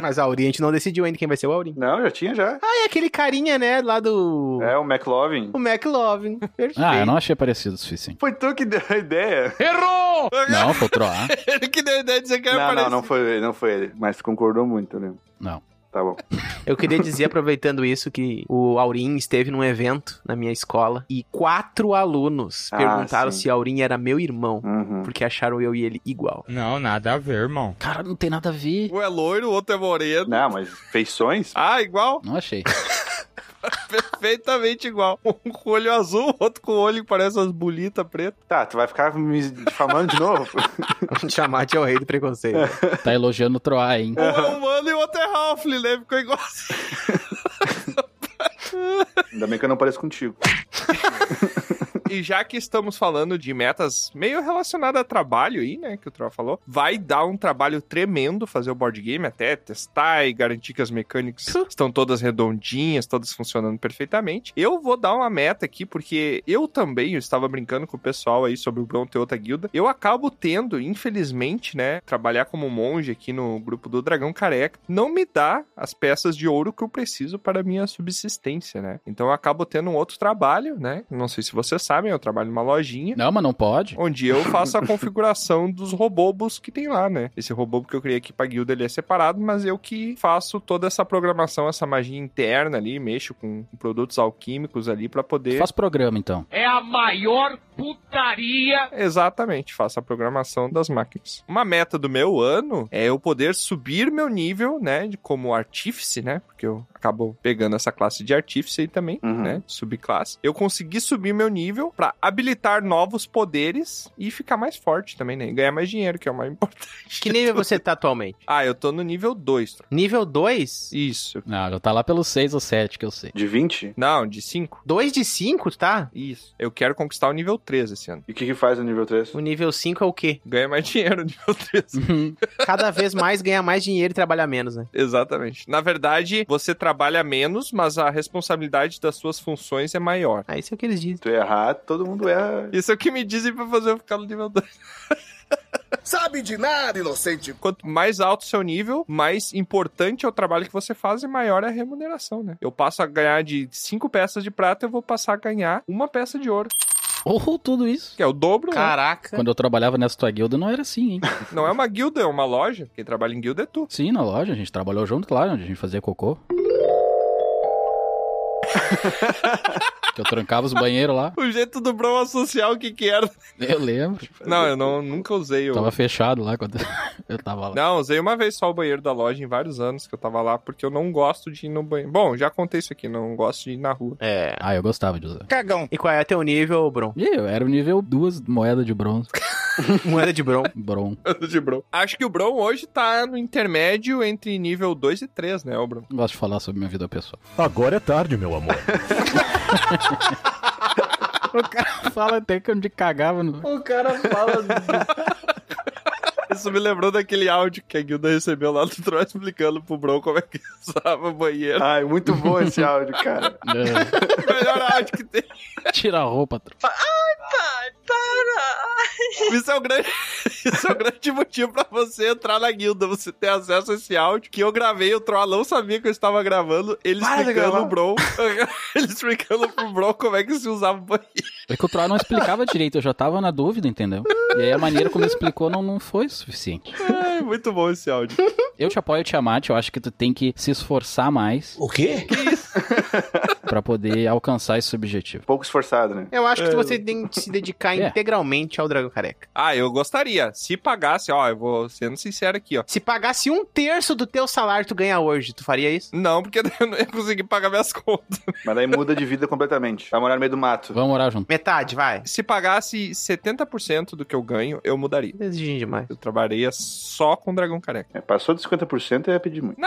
[SPEAKER 5] Mas a Aurinha, a gente não decidiu ainda quem vai ser o Aurinha.
[SPEAKER 3] Não, já tinha já.
[SPEAKER 5] Ah, é aquele carinha, né? Lá do.
[SPEAKER 3] É, o né? McLovin.
[SPEAKER 5] O McLovin. Perfeito.
[SPEAKER 2] Ah, eu não achei parecido o suficiente.
[SPEAKER 3] Foi tu que deu a ideia.
[SPEAKER 1] Errou!
[SPEAKER 2] Não, foi o Troá.
[SPEAKER 1] Ele que deu a ideia de dizer que era
[SPEAKER 3] Não, não,
[SPEAKER 1] parecido.
[SPEAKER 3] não foi ele, não foi ele. Mas tu concordou muito, né?
[SPEAKER 2] Não.
[SPEAKER 3] Tá bom.
[SPEAKER 5] Eu queria dizer, aproveitando isso, que o Aurim esteve num evento na minha escola e quatro alunos
[SPEAKER 3] Ah,
[SPEAKER 5] perguntaram
[SPEAKER 3] sim.
[SPEAKER 5] se Aurim era meu irmão,
[SPEAKER 3] Uhum.
[SPEAKER 5] porque acharam eu e ele igual.
[SPEAKER 15] Não, nada a ver, irmão.
[SPEAKER 2] Cara, não tem nada a ver.
[SPEAKER 1] Um é loiro, o outro é moreno.
[SPEAKER 3] Não, mas feições?
[SPEAKER 1] Ah, igual?
[SPEAKER 2] Não achei.
[SPEAKER 1] Perfeitamente igual. Um com olho azul, outro com olho que parece umas bolitas pretas.
[SPEAKER 3] Tá, tu vai ficar me difamando de novo?
[SPEAKER 5] O Tiamat é o rei do preconceito.
[SPEAKER 2] Tá elogiando o Troá, hein?
[SPEAKER 1] Um é humano e o outro é Halfling, né? Ficou igual.
[SPEAKER 3] Ainda bem que eu não pareço contigo.
[SPEAKER 1] E já que estamos falando de metas meio relacionadas a trabalho aí, né? Que o Troll falou, vai dar um trabalho tremendo fazer o board game, até testar e garantir que as mecânicas estão todas redondinhas, todas funcionando perfeitamente. Eu vou dar uma meta aqui, porque eu também eu estava brincando com o pessoal aí sobre o Bron ter outra guilda. Eu acabo tendo, infelizmente, né? Trabalhar como monge aqui no grupo do Dragão Careca não me dá as peças de ouro que eu preciso para a minha subsistência, né? Então eu acabo tendo um outro trabalho, né? Não sei se vocês sabem, eu trabalho numa lojinha.
[SPEAKER 2] Não, mas não pode.
[SPEAKER 1] Onde eu faço a configuração dos robobos que tem lá, né? Esse robô que eu criei aqui pra guilda, ele é separado, mas eu que faço toda essa programação, essa magia interna ali, mexo com produtos alquímicos ali pra poder...
[SPEAKER 2] Faz programa, então.
[SPEAKER 4] É a maior putaria.
[SPEAKER 1] Exatamente, faço a programação das máquinas. Uma meta do meu ano é eu poder subir meu nível, né, de- como artífice, né, porque eu acabo pegando essa classe de artífice aí também, né, subclasse. Eu consegui subir meu nível pra habilitar novos poderes e ficar mais forte também, né, e ganhar mais dinheiro, que é o mais importante.
[SPEAKER 5] Que nível você tá atualmente?
[SPEAKER 1] Ah, eu tô no nível 2.
[SPEAKER 5] Nível 2?
[SPEAKER 1] Isso.
[SPEAKER 2] Não, já tá lá pelo 6 ou 7 que eu sei.
[SPEAKER 3] De 20?
[SPEAKER 1] Não, de 5.
[SPEAKER 5] 2 de 5, tá?
[SPEAKER 1] Isso. Eu quero conquistar o nível 3 esse ano.
[SPEAKER 3] E o que, que faz no nível 3?
[SPEAKER 5] O nível 5 é o quê?
[SPEAKER 1] Ganha mais dinheiro no nível 3.
[SPEAKER 5] Cada vez mais ganhar mais dinheiro e trabalhar menos, né?
[SPEAKER 1] Exatamente. Na verdade, você trabalha menos, mas a responsabilidade das suas funções é maior.
[SPEAKER 5] Ah, isso é o que eles dizem.
[SPEAKER 3] Tu errar, todo mundo erra.
[SPEAKER 1] Isso é o que me dizem pra fazer eu ficar no nível 2.
[SPEAKER 4] Sabe de nada, inocente.
[SPEAKER 1] Quanto mais alto o seu nível, mais importante é o trabalho que você faz e maior é a remuneração, né? Eu passo a ganhar de 5 peças de prata, eu vou passar a ganhar uma peça de ouro.
[SPEAKER 2] Ou tudo isso.
[SPEAKER 1] Que é o dobro, né?
[SPEAKER 5] Caraca.
[SPEAKER 2] Quando eu trabalhava nessa tua guilda, não era assim, hein?
[SPEAKER 1] Não é uma guilda, é uma loja. Quem trabalha em guilda é tu.
[SPEAKER 2] Sim, na loja, a gente trabalhou junto, claro, onde a gente fazia cocô. que eu trancava os banheiros lá.
[SPEAKER 1] O jeito do Bron associar o que que era.
[SPEAKER 2] Eu lembro.
[SPEAKER 1] Não, eu não, nunca usei o...
[SPEAKER 2] Tava fechado lá quando eu tava lá.
[SPEAKER 1] Não, usei uma vez só o banheiro da loja em vários anos que eu tava lá, porque eu não gosto de ir no banheiro. Bom, já contei isso aqui, não gosto de ir na rua.
[SPEAKER 5] É.
[SPEAKER 2] Ah, eu gostava de usar.
[SPEAKER 5] Cagão. E qual é teu nível, Bron?
[SPEAKER 2] E eu era o nível duas moedas de bronze.
[SPEAKER 5] Moeda de Bron.
[SPEAKER 2] Bron.
[SPEAKER 1] de Bron. Acho que o Bron hoje tá no intermédio entre nível 2 e 3, né, ô Bron?
[SPEAKER 2] Não gosto de falar sobre minha vida pessoal.
[SPEAKER 13] Agora é tarde, meu amor.
[SPEAKER 2] o cara fala até que onde cagava no.
[SPEAKER 3] O cara fala
[SPEAKER 1] Isso me lembrou daquele áudio que a Guilda recebeu lá do Troy explicando pro Bron como é que usava o banheiro.
[SPEAKER 3] Ai, muito bom esse áudio, cara.
[SPEAKER 1] Melhor áudio que tem.
[SPEAKER 2] É, Tira a roupa, tro-
[SPEAKER 17] Ai, para!
[SPEAKER 1] Isso é, um grande, isso é um grande motivo pra você entrar na guilda, você ter acesso a esse áudio que eu gravei, o Troll não sabia que eu estava gravando, ele
[SPEAKER 3] Para de
[SPEAKER 1] explicando
[SPEAKER 3] gravar.
[SPEAKER 1] o Bron, ele explicando pro Bron como é que se usava o banheiro.
[SPEAKER 2] É que o Troá não explicava direito, eu já tava na dúvida, entendeu? E aí a maneira como ele explicou não, não foi suficiente.
[SPEAKER 1] É, muito bom esse áudio.
[SPEAKER 2] Eu te apoio, Tiamat, eu acho que tu tem que se esforçar mais.
[SPEAKER 3] O quê?
[SPEAKER 2] Pra poder alcançar esse objetivo.
[SPEAKER 3] Pouco esforçado, né?
[SPEAKER 5] Eu
[SPEAKER 1] É.
[SPEAKER 5] acho que você tem que se dedicar integralmente ao Dragão Careca.
[SPEAKER 1] Ah, eu gostaria. Se pagasse, ó, eu vou sendo sincero aqui, ó.
[SPEAKER 5] Se pagasse um terço do teu salário que tu ganha hoje, tu faria isso?
[SPEAKER 1] Não, porque eu não ia conseguir pagar minhas contas.
[SPEAKER 3] Mas daí muda de vida completamente. Vai morar no meio do mato.
[SPEAKER 2] Vamos morar junto.
[SPEAKER 5] Metade, vai.
[SPEAKER 1] Se pagasse 70% do que eu ganho, eu mudaria.
[SPEAKER 5] Exigindo demais.
[SPEAKER 1] Eu trabalharia só com dragão careca.
[SPEAKER 3] É, passou de 50% é pedir muito.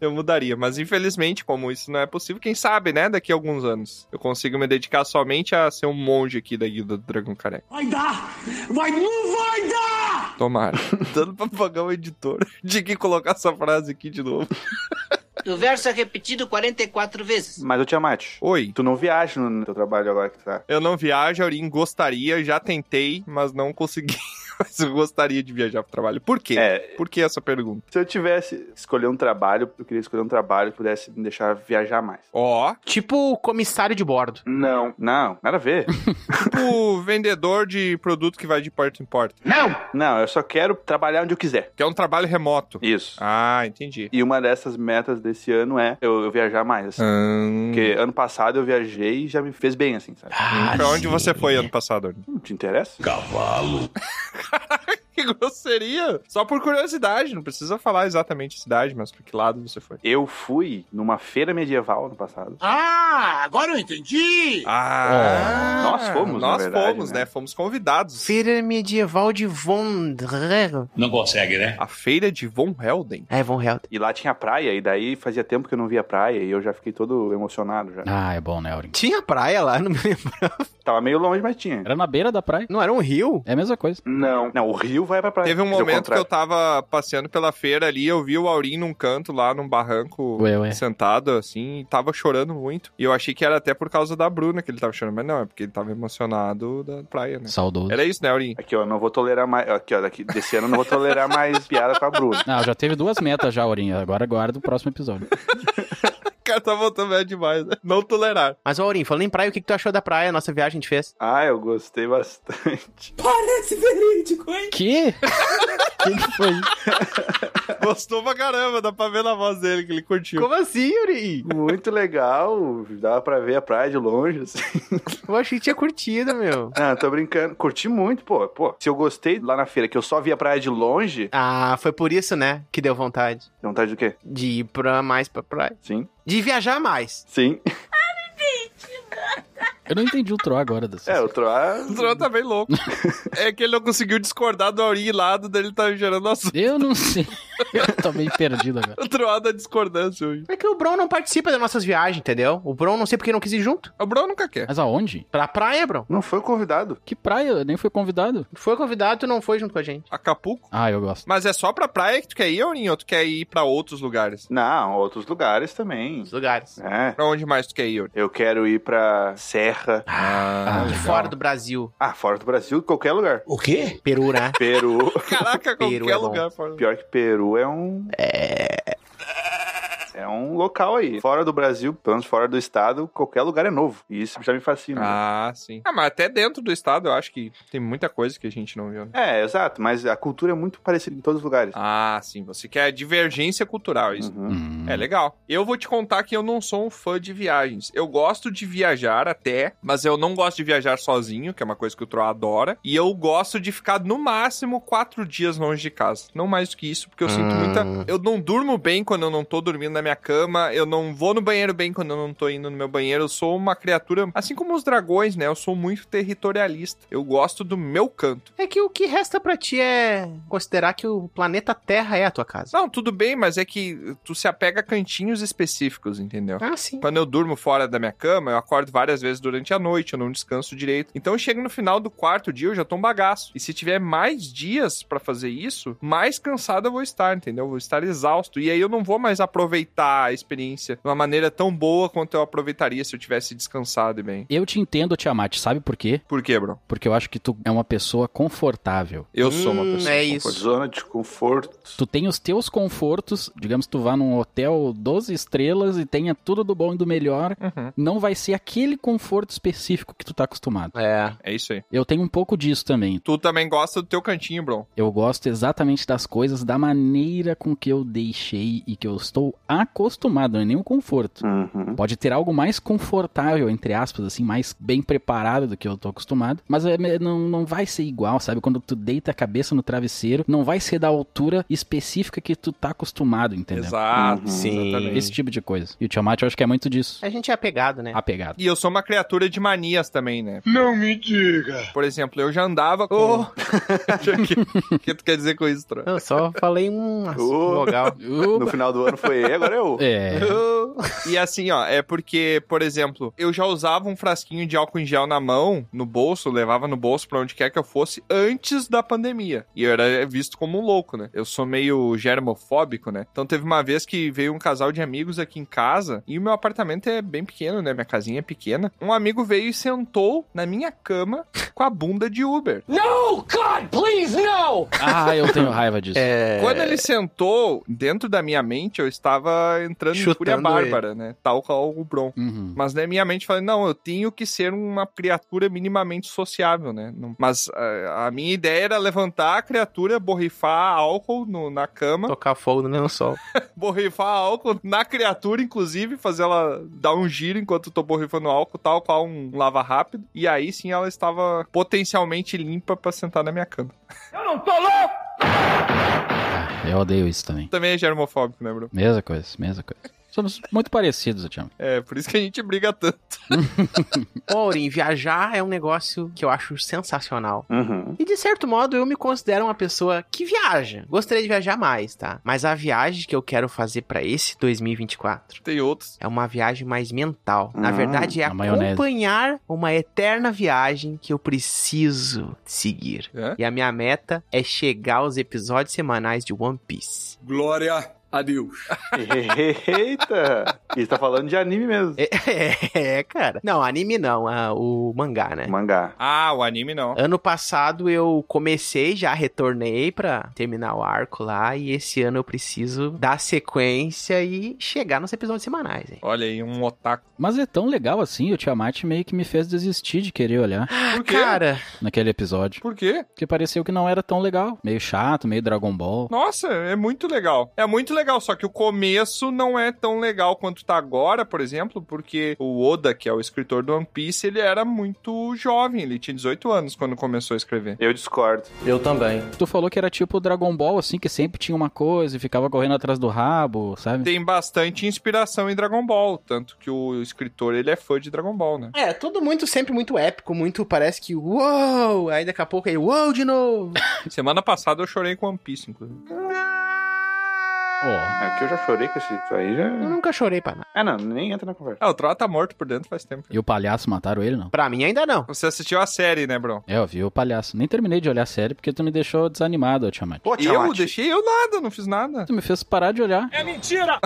[SPEAKER 1] Eu mudaria, mas infelizmente, como isso não é possível, quem sabe, né, daqui a alguns anos eu consigo me dedicar somente a ser um monge aqui da guilda do dragão careca.
[SPEAKER 6] Vai dar! Vai, não vai dar!
[SPEAKER 1] Tomara. Dando pra pagar o editor. De que colocar essa frase aqui de novo.
[SPEAKER 8] O verso é repetido 44 vezes.
[SPEAKER 3] Mas eu te amate.
[SPEAKER 1] Oi.
[SPEAKER 3] Tu não viaja no teu trabalho agora que tu tá.
[SPEAKER 1] Eu não viajo, Aurim, gostaria, já tentei, mas não consegui. Mas eu gostaria de viajar pro trabalho. Por quê?
[SPEAKER 3] É,
[SPEAKER 1] Por que essa pergunta?
[SPEAKER 3] Se eu tivesse que escolher um trabalho, eu queria escolher um trabalho que pudesse me deixar viajar mais.
[SPEAKER 1] Ó,
[SPEAKER 5] Tipo o comissário de bordo.
[SPEAKER 3] Não. Não, nada a ver.
[SPEAKER 1] tipo vendedor de produto que vai de porta em porta.
[SPEAKER 3] Não! Não, eu só quero trabalhar onde eu quiser.
[SPEAKER 1] Que é um trabalho remoto.
[SPEAKER 3] Isso.
[SPEAKER 1] Ah, entendi.
[SPEAKER 3] E uma dessas metas desse ano é eu, eu viajar mais,
[SPEAKER 1] Ah.
[SPEAKER 3] assim. Porque ano passado eu viajei e já me fez bem,
[SPEAKER 1] Ah,
[SPEAKER 3] assim, sabe?
[SPEAKER 1] pra onde você foi ano passado, Aurim?
[SPEAKER 3] Não te interessa?
[SPEAKER 1] Cavalo.
[SPEAKER 3] Que
[SPEAKER 1] grosseria. Só por curiosidade, não precisa falar exatamente a cidade, mas pra que lado você foi.
[SPEAKER 3] Eu fui numa feira medieval no passado.
[SPEAKER 4] Ah, agora eu entendi!
[SPEAKER 1] Ah,
[SPEAKER 3] Nós fomos, na
[SPEAKER 1] Nós
[SPEAKER 3] verdade,
[SPEAKER 1] fomos,
[SPEAKER 3] né?
[SPEAKER 1] né? Fomos convidados.
[SPEAKER 5] Feira medieval de Vondre.
[SPEAKER 1] Não consegue, né? A feira de Von Helden.
[SPEAKER 5] É, Von Helden.
[SPEAKER 3] E lá tinha praia, e daí fazia tempo que eu não via praia, e eu já fiquei todo emocionado já.
[SPEAKER 2] Ah, é bom, né, Aurim?
[SPEAKER 5] Tinha praia lá, não me lembrava.
[SPEAKER 3] Tava meio longe, mas tinha.
[SPEAKER 2] Era na beira da praia.
[SPEAKER 5] Não era um rio?
[SPEAKER 2] É a mesma coisa.
[SPEAKER 3] Não, não, o rio vai pra praia.
[SPEAKER 1] Teve um
[SPEAKER 3] Mas é o
[SPEAKER 1] momento que eu
[SPEAKER 3] contrário.
[SPEAKER 1] tava passeando pela feira ali, eu vi o Aurim num canto lá, num barranco,
[SPEAKER 2] Ué, ué.
[SPEAKER 1] sentado assim, e tava chorando muito. E eu achei que era até por causa da Bruna que ele tava chorando, mas não, é porque ele tava emocionado da praia, né?
[SPEAKER 2] Saudoso.
[SPEAKER 1] Era isso, né, Aurim?
[SPEAKER 3] Aqui, ó, não vou tolerar mais. Aqui, ó, daqui, desse ano eu não vou tolerar mais piada com a Bruna.
[SPEAKER 2] Não, Ah, já teve duas metas já, Aurim. Agora aguarda o próximo episódio.
[SPEAKER 1] O cara tá voltando velho demais, né? Não tolerar.
[SPEAKER 5] Mas, ô, Aurim, falando em praia, o que, que tu achou da praia, nossa viagem que a gente fez?
[SPEAKER 3] Ah, eu gostei bastante.
[SPEAKER 6] Parece verídico, hein?
[SPEAKER 2] Que? que que foi?
[SPEAKER 1] Gostou pra caramba, dá pra ver na voz dele que ele curtiu.
[SPEAKER 5] Como assim, Aurim?
[SPEAKER 3] Muito legal, dava pra ver a praia de longe, assim.
[SPEAKER 5] Eu achei que tinha curtido, meu.
[SPEAKER 3] Não, tô brincando. Curti muito, pô. Pô, se eu gostei lá na feira que eu só via a praia de longe,
[SPEAKER 5] Ah, foi por isso, né, que deu vontade
[SPEAKER 3] deu vontade do quê?
[SPEAKER 5] de ir pra mais pra praia.
[SPEAKER 3] Sim.
[SPEAKER 5] De viajar mais.
[SPEAKER 3] Sim.
[SPEAKER 2] Eu não entendi o troll agora dessa.
[SPEAKER 3] É, o Troá.
[SPEAKER 1] O Tron tá bem louco. é que ele não conseguiu discordar do Aurim lado, daí ele tá gerando assunto.
[SPEAKER 2] Eu não sei. Eu tô meio perdido agora.
[SPEAKER 1] O Tron da discordância hoje.
[SPEAKER 5] É que o Bron não participa das nossas viagens, entendeu? O Bron não sei porque não quis ir junto.
[SPEAKER 1] O Bruno nunca quer.
[SPEAKER 2] Mas aonde?
[SPEAKER 5] Pra praia, Bron.
[SPEAKER 3] Não foi convidado.
[SPEAKER 2] Que praia? Eu nem fui convidado.
[SPEAKER 5] Tu Foi convidado, tu não foi junto com a gente.
[SPEAKER 1] Acapulco.
[SPEAKER 2] Ah, eu gosto.
[SPEAKER 1] Mas é só pra praia que tu quer ir, Aurim, ou tu quer ir pra outros lugares?
[SPEAKER 3] Não, outros lugares também.
[SPEAKER 5] Os lugares.
[SPEAKER 3] É.
[SPEAKER 1] Pra onde mais tu quer ir, Aurim?
[SPEAKER 3] Eu quero ir pra Serra.
[SPEAKER 1] Ah,
[SPEAKER 5] E fora do Brasil.
[SPEAKER 3] Ah, fora do Brasil, qualquer lugar.
[SPEAKER 6] O quê?
[SPEAKER 5] Peru, né?
[SPEAKER 3] Peru.
[SPEAKER 1] Caraca,
[SPEAKER 5] Peru
[SPEAKER 1] qualquer
[SPEAKER 5] é bom.
[SPEAKER 1] lugar. Fora...
[SPEAKER 3] Pior que Peru é um. É. É um local aí. Fora do Brasil, pelo menos fora do estado, qualquer lugar é novo. E isso já me
[SPEAKER 5] é
[SPEAKER 3] fascina.
[SPEAKER 1] Ah, sim. Ah, mas até dentro do estado eu acho que tem muita coisa que a gente não viu. né?
[SPEAKER 3] É, exato, mas a cultura é muito parecida em todos os lugares.
[SPEAKER 1] Ah, sim. Você quer divergência cultural, isso.
[SPEAKER 3] Uhum.
[SPEAKER 2] Hum.
[SPEAKER 1] É legal. Eu vou te contar que eu não sou um fã de viagens. Eu gosto de viajar até, mas eu não gosto de viajar sozinho, que é uma coisa que o Troá adora. E eu gosto de ficar no máximo quatro dias longe de casa. Não mais do que isso, porque eu sinto
[SPEAKER 5] Hum.
[SPEAKER 1] muita. Eu não durmo bem quando eu não tô dormindo na minha cama. Eu não vou no banheiro bem quando eu não tô indo no meu banheiro. Eu sou uma criatura, assim como os dragões, né? Eu sou muito territorialista. Eu gosto do meu canto.
[SPEAKER 5] É que o que resta pra ti é considerar que o planeta Terra é a tua casa.
[SPEAKER 1] Não, tudo bem, mas é que tu se apega a cantinhos específicos, entendeu?
[SPEAKER 5] Ah, sim.
[SPEAKER 1] Quando eu durmo fora da minha cama, eu acordo várias vezes durante a noite, eu não descanso direito. Então chega no final do quarto dia, eu já tô um bagaço. E se tiver mais dias pra fazer isso, mais cansado eu vou estar, entendeu? Eu vou estar exausto. E aí eu não vou mais aproveitar a experiência de uma maneira tão boa quanto eu aproveitaria se eu tivesse descansado e bem.
[SPEAKER 2] Eu te entendo, Tiamat, sabe por quê?
[SPEAKER 1] Por quê, bro?
[SPEAKER 2] Porque eu acho que tu é uma pessoa confortável.
[SPEAKER 1] Eu sou uma
[SPEAKER 5] Hum,
[SPEAKER 1] pessoa.
[SPEAKER 5] é
[SPEAKER 1] com
[SPEAKER 5] isso.
[SPEAKER 1] força.
[SPEAKER 3] Zona de conforto.
[SPEAKER 2] Tu tem os teus confortos, digamos que tu vá num hotel 12 estrelas e tenha tudo do bom e do melhor,
[SPEAKER 1] Uhum.
[SPEAKER 2] não vai ser aquele conforto específico que tu tá acostumado.
[SPEAKER 5] É.
[SPEAKER 1] É isso aí.
[SPEAKER 2] Eu tenho um pouco disso também.
[SPEAKER 1] Tu também gosta do teu cantinho, bro.
[SPEAKER 2] Eu gosto exatamente das coisas da maneira com que eu deixei e que eu estou acostumado, não é nenhum conforto.
[SPEAKER 3] Uhum.
[SPEAKER 2] Pode ter algo mais confortável, entre aspas, assim, mais bem preparado do que eu tô acostumado. Mas é me- não, não vai ser igual, sabe? Quando tu deita a cabeça no travesseiro, não vai ser da altura específica que tu tá acostumado, entendeu?
[SPEAKER 1] Exato.
[SPEAKER 3] Uhum.
[SPEAKER 5] Sim.
[SPEAKER 1] Exatamente.
[SPEAKER 2] Esse tipo de coisa. E o Tiamat, eu acho que é muito disso.
[SPEAKER 5] A gente é apegado, né?
[SPEAKER 2] Apegado.
[SPEAKER 1] E eu sou uma criatura de manias também, né?
[SPEAKER 4] Não me diga.
[SPEAKER 1] Por exemplo, eu já andava com. o que tu quer dizer com isso, Tro?
[SPEAKER 5] Eu só falei um
[SPEAKER 3] Ô.
[SPEAKER 5] legal.
[SPEAKER 3] No final do ano foi ele, agora eu.
[SPEAKER 2] É.
[SPEAKER 1] E assim, ó, é porque, por exemplo, eu já usava um frasquinho de álcool em gel na mão, no bolso, levava no bolso pra onde quer que eu fosse antes da pandemia. E eu era visto como um louco, né? Eu sou meio germofóbico, né? Então teve uma vez que veio um casal de amigos aqui em casa e o meu apartamento é bem pequeno, né? Minha casinha é pequena. Um amigo veio e sentou na minha cama com a bunda de Uber.
[SPEAKER 6] No, God, please, no!
[SPEAKER 2] Ah, eu tenho raiva disso.
[SPEAKER 5] É.
[SPEAKER 1] Quando ele sentou, dentro da minha mente, eu estava entrando
[SPEAKER 5] Chutando
[SPEAKER 1] em fúria bárbara, né? Tal qual o Bron.
[SPEAKER 2] Uhum.
[SPEAKER 1] Mas na minha mente eu falei, não, eu tenho que ser uma criatura minimamente sociável, né? Não- Mas ah, a minha ideia era levantar a criatura, borrifar álcool no- na cama,
[SPEAKER 5] Tocar fogo no lençol.
[SPEAKER 1] borrifar álcool na criatura, inclusive, fazer ela dar um giro enquanto eu tô borrifando álcool, tal qual um lava rápido. E aí sim ela estava potencialmente limpa pra sentar na minha cama.
[SPEAKER 4] Eu não tô louco!
[SPEAKER 2] Ah, Eu odeio isso também.
[SPEAKER 1] Também é germofóbico, né, Bruno?
[SPEAKER 2] Mesma coisa, mesma coisa. Somos muito parecidos, eu te amo.
[SPEAKER 1] É, por isso que a gente briga tanto.
[SPEAKER 5] Porém, viajar é um negócio que eu acho sensacional.
[SPEAKER 1] É.
[SPEAKER 3] Uhum.
[SPEAKER 5] E de certo modo eu me considero uma pessoa que viaja. Gostaria de viajar mais, tá? Mas a viagem que eu quero fazer pra esse 2024
[SPEAKER 1] Tem outros.
[SPEAKER 5] é uma viagem mais mental. Na
[SPEAKER 2] Ah,
[SPEAKER 5] verdade, é
[SPEAKER 2] a maionese.
[SPEAKER 5] acompanhar uma eterna viagem que eu preciso seguir.
[SPEAKER 1] É?
[SPEAKER 5] E a minha meta é chegar aos episódios semanais de One Piece.
[SPEAKER 3] Glória a Deus. Eita! E tá falando de anime mesmo.
[SPEAKER 5] É, cara. Não, anime não, ah, o mangá, né?
[SPEAKER 3] Mangá.
[SPEAKER 1] Ah, o anime não.
[SPEAKER 5] Ano passado eu comecei, já retornei pra terminar o arco lá e esse ano eu preciso dar sequência e chegar nos episódios semanais, hein?
[SPEAKER 1] Olha aí, um otaku.
[SPEAKER 2] Mas é tão legal assim, o Tiamat meio que me fez desistir de querer olhar
[SPEAKER 1] Por quê?
[SPEAKER 5] Ah, Cara,
[SPEAKER 2] naquele episódio.
[SPEAKER 1] Por quê?
[SPEAKER 2] Porque pareceu que não era tão legal. Meio chato, meio Dragon Ball.
[SPEAKER 1] Nossa, é muito legal. É muito legal, só que o começo não é tão legal quanto tá agora, por exemplo, porque o Oda, que é o escritor do One Piece, ele era muito jovem, ele tinha 18 anos quando começou a escrever.
[SPEAKER 3] Eu discordo.
[SPEAKER 16] Eu também.
[SPEAKER 2] Tu falou que era tipo o Dragon Ball, assim, que sempre tinha uma coisa e ficava correndo atrás do rabo, sabe?
[SPEAKER 1] Tem bastante inspiração em Dragon Ball, tanto que o escritor, ele é fã de Dragon Ball, né?
[SPEAKER 5] É, tudo muito, sempre muito épico, muito parece que uou, aí daqui a pouco aí uou de novo.
[SPEAKER 1] Semana passada eu chorei com One Piece, inclusive.
[SPEAKER 2] Ó.
[SPEAKER 3] É que eu já chorei com esse. Isso aí já.
[SPEAKER 5] Eu nunca chorei pra nada.
[SPEAKER 3] Ah, não, nem entra na conversa.
[SPEAKER 1] Ah, o Troll tá morto por dentro faz tempo.
[SPEAKER 2] E o palhaço mataram ele, não?
[SPEAKER 5] Pra mim ainda não.
[SPEAKER 1] Você assistiu a série, né, Bron?
[SPEAKER 2] É, eu vi o palhaço. Nem terminei de olhar a série porque tu me deixou desanimado, ô Tiamat.
[SPEAKER 3] Pô,
[SPEAKER 1] Eu
[SPEAKER 3] Tiamat,
[SPEAKER 1] deixei eu nada, não fiz nada.
[SPEAKER 2] Tu me fez parar de olhar.
[SPEAKER 4] É mentira!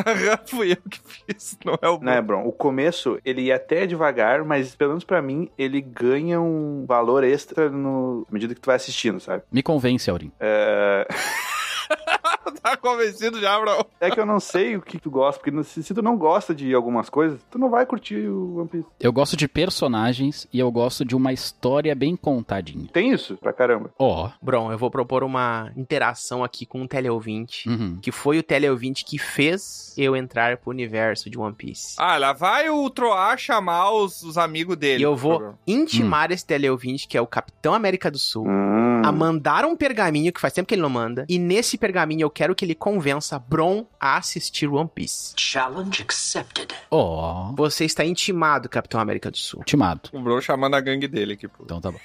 [SPEAKER 1] Fui eu que fiz, não é o
[SPEAKER 3] Não é, Bron? O começo, ele ia até devagar, mas pelo menos pra mim, ele ganha um valor extra no... à medida que tu vai assistindo, sabe?
[SPEAKER 2] Me convence, Aurim.
[SPEAKER 3] É...
[SPEAKER 1] Tá convencido já, Bron?
[SPEAKER 3] é que eu não sei o que tu gosta, porque se, se tu não gosta de algumas coisas, tu não vai curtir o One Piece.
[SPEAKER 2] Eu gosto de personagens e eu gosto de uma história bem contadinha.
[SPEAKER 3] Tem isso pra caramba.
[SPEAKER 2] Ó.
[SPEAKER 5] Bron, eu vou propor uma interação aqui com um teleouvinte,
[SPEAKER 2] Uhum.
[SPEAKER 5] que foi o teleouvinte que fez eu entrar pro universo de One Piece.
[SPEAKER 1] Ah, lá vai o Troar chamar os, os amigos dele.
[SPEAKER 5] E eu
[SPEAKER 1] Bruno.
[SPEAKER 5] vou intimar esse teleouvinte, que é o Capitão América do Sul,
[SPEAKER 3] Hum.
[SPEAKER 5] a mandar um pergaminho, que faz tempo que ele não manda. E nesse pergaminho eu quero que ele convença Bron a assistir One Piece.
[SPEAKER 8] Challenge accepted.
[SPEAKER 2] Ó.
[SPEAKER 5] Você está intimado, Capitão América do Sul.
[SPEAKER 2] Ultimado.
[SPEAKER 1] O Bro chamando a gangue dele aqui, pô.
[SPEAKER 2] Então tá bom.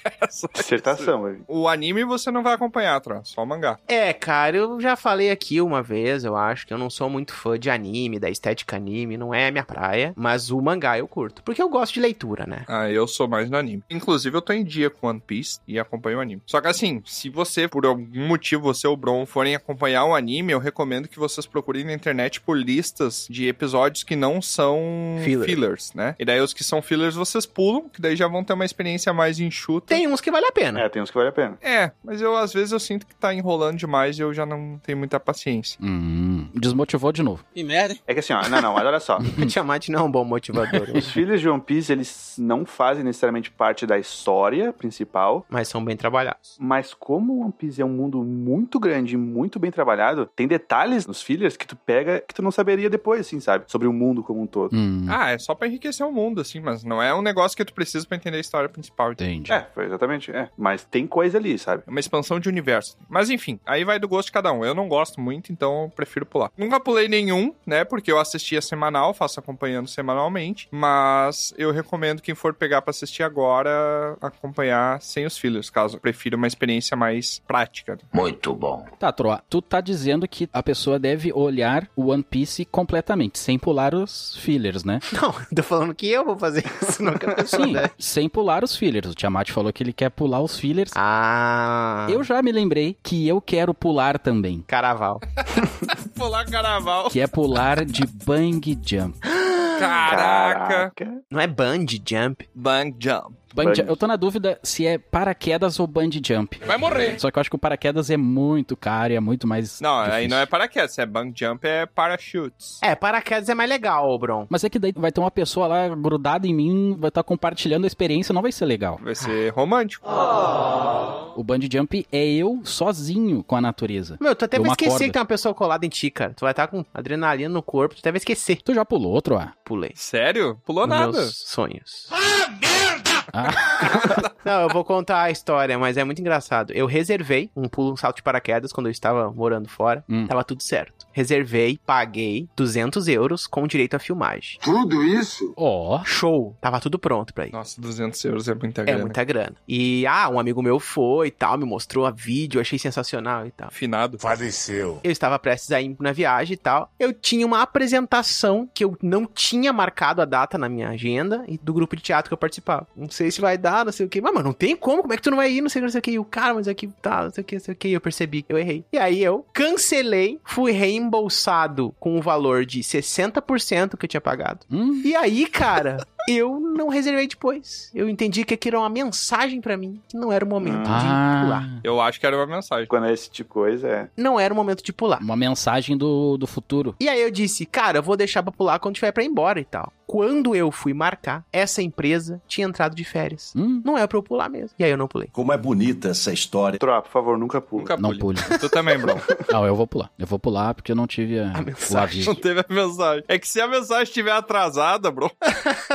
[SPEAKER 3] Dissertação, é. velho.
[SPEAKER 1] O anime você não vai acompanhar, Troar, só o mangá.
[SPEAKER 5] É, cara, eu já falei aqui uma vez, eu acho que eu não sou muito fã de anime, da estética anime, não é a minha praia, mas o mangá eu curto, porque eu gosto de leitura, né?
[SPEAKER 1] Ah, eu sou mais no anime. Inclusive, eu tô em dia com One Piece e acompanho o anime. Só que assim, se você, por algum motivo, você ou o Bron forem acompanhar o anime, eu recomendo que vocês procurem na internet por listas de episódios que não são
[SPEAKER 5] Filler.
[SPEAKER 1] fillers, né? E daí os que são fillers vocês pulam, que daí já vão ter uma experiência mais enxuta.
[SPEAKER 5] Tem uns que vale a pena.
[SPEAKER 3] É, tem uns que vale a pena.
[SPEAKER 1] É, mas eu às vezes eu sinto que tá enrolando demais e eu já não tenho muita paciência.
[SPEAKER 2] Hum, desmotivou de novo.
[SPEAKER 16] Que merda, hein?
[SPEAKER 3] É que assim, ó, não, não, mas olha só.
[SPEAKER 5] A Tiamat não é um bom motivador,
[SPEAKER 3] Os filhos de One Piece, eles não fazem necessariamente parte da história principal,
[SPEAKER 5] mas são bem trabalhados.
[SPEAKER 3] Mas como o One Piece é um mundo muito grande e muito bem trabalhado, tem detalhes nos fillers que tu pega que tu não saberia depois, assim, sabe? Sobre o mundo como um todo.
[SPEAKER 2] Hum,
[SPEAKER 1] Ah, é só pra enriquecer o mundo, assim, mas não é um negócio que tu precisa pra entender a história principal. É
[SPEAKER 2] entendi.
[SPEAKER 3] É, foi exatamente, é. Mas tem coisa ali, sabe?
[SPEAKER 1] uma expansão de universo. Mas enfim, aí vai do gosto de cada um. Eu não gosto muito, então eu prefiro pular. Nunca pulei nenhum, né? Porque eu assistia semanal, faço acompanhando semanalmente. Mas eu recomendo quem for pegar pra assistir agora, acompanhar sem os fillers, caso prefira uma experiência mais prática.
[SPEAKER 4] Muito bom.
[SPEAKER 2] Tá, Troa, tu tá dizendo que a pessoa deve olhar o One Piece completamente, sem pular os fillers, né?
[SPEAKER 5] Não, tô falando que eu vou fazer isso, não que a pessoa
[SPEAKER 2] Sim,
[SPEAKER 5] deve.
[SPEAKER 2] sem pular os fillers. O Tiamat falou que ele quer pular os fillers.
[SPEAKER 5] Ah.
[SPEAKER 2] Eu já me lembrei que eu quero pular também.
[SPEAKER 5] Caraval.
[SPEAKER 1] Pular caraval.
[SPEAKER 2] Que é pular de bang jump.
[SPEAKER 1] Caraca.
[SPEAKER 5] Não é bungee jump?
[SPEAKER 1] Bang jump.
[SPEAKER 2] Bang
[SPEAKER 3] Bungee.
[SPEAKER 2] jump. Eu tô na dúvida se é paraquedas ou bang jump.
[SPEAKER 1] Vai morrer.
[SPEAKER 2] Só que eu acho que o paraquedas é muito caro e é muito mais.
[SPEAKER 1] Não, aí
[SPEAKER 2] difícil.
[SPEAKER 1] não é paraquedas, é bang jump, é parachutes.
[SPEAKER 5] É, paraquedas é mais legal, Bron.
[SPEAKER 2] Mas é que daí vai ter uma pessoa lá grudada em mim, vai estar compartilhando a experiência, não vai ser
[SPEAKER 5] É.
[SPEAKER 2] legal.
[SPEAKER 1] Vai ser
[SPEAKER 5] Ah.
[SPEAKER 1] romântico.
[SPEAKER 2] O bungee jump é eu sozinho com a natureza.
[SPEAKER 5] Meu, tu até
[SPEAKER 2] Deu
[SPEAKER 5] vai
[SPEAKER 2] uma
[SPEAKER 5] esquecer
[SPEAKER 2] corda.
[SPEAKER 5] que tem uma pessoa colada em ti, cara. Tu vai estar com adrenalina no corpo, tu até vai esquecer.
[SPEAKER 2] Tu já pulou outro, ah?
[SPEAKER 5] Pulei.
[SPEAKER 1] Sério? Pulou nada.
[SPEAKER 5] Meus sonhos.
[SPEAKER 4] Ah, merda!
[SPEAKER 5] Não, eu vou contar a história, mas é muito engraçado. Eu reservei um pulo, um salto de paraquedas quando eu estava morando fora. Tava tudo certo. Reservei, paguei 200 euros com direito à filmagem.
[SPEAKER 4] Tudo isso?
[SPEAKER 5] Ó. Show. Tava tudo pronto pra ir.
[SPEAKER 1] Nossa, 200 euros é muita
[SPEAKER 5] É
[SPEAKER 1] grana.
[SPEAKER 5] muita grana. E, ah, um amigo meu foi e tal, me mostrou a vídeo, achei sensacional e tal.
[SPEAKER 1] Finado.
[SPEAKER 5] Faleceu. Eu estava prestes a ir na viagem e tal. Eu tinha uma apresentação que eu não tinha marcado a data na minha agenda e do grupo de teatro que eu participava. Não sei se vai dar, não sei o quê. Mas, mano, não tem como. Como é que tu não vai ir? Não sei o que, não sei o que. E o cara, mas aqui tá, não sei o que, não sei o que. Eu percebi que eu errei. E aí eu cancelei, fui reembolsado com o valor de 60% que eu tinha pagado.
[SPEAKER 2] Hum?
[SPEAKER 5] E aí, cara. Eu não reservei depois. Eu entendi que aquilo era uma mensagem pra mim, que não era o momento
[SPEAKER 2] Ah.
[SPEAKER 5] de pular.
[SPEAKER 1] Eu acho que era uma mensagem.
[SPEAKER 3] Quando é esse tipo de coisa, é.
[SPEAKER 5] Não era o momento de pular.
[SPEAKER 2] Uma mensagem do, do futuro.
[SPEAKER 5] E aí eu disse, cara, eu vou deixar pra pular quando tiver pra ir embora e tal. Quando eu fui marcar, essa empresa tinha entrado de férias.
[SPEAKER 2] Hum?
[SPEAKER 5] Não é pra eu pular mesmo. E aí eu não pulei.
[SPEAKER 18] Como é bonita essa história.
[SPEAKER 3] Tropa, por favor, nunca pula.
[SPEAKER 1] Nunca
[SPEAKER 2] Não pule.
[SPEAKER 1] Tu também, bro.
[SPEAKER 2] Não, eu vou pular. Eu vou pular porque eu não tive a, o aviso.
[SPEAKER 1] Não teve a mensagem. É que se a mensagem estiver atrasada, bro.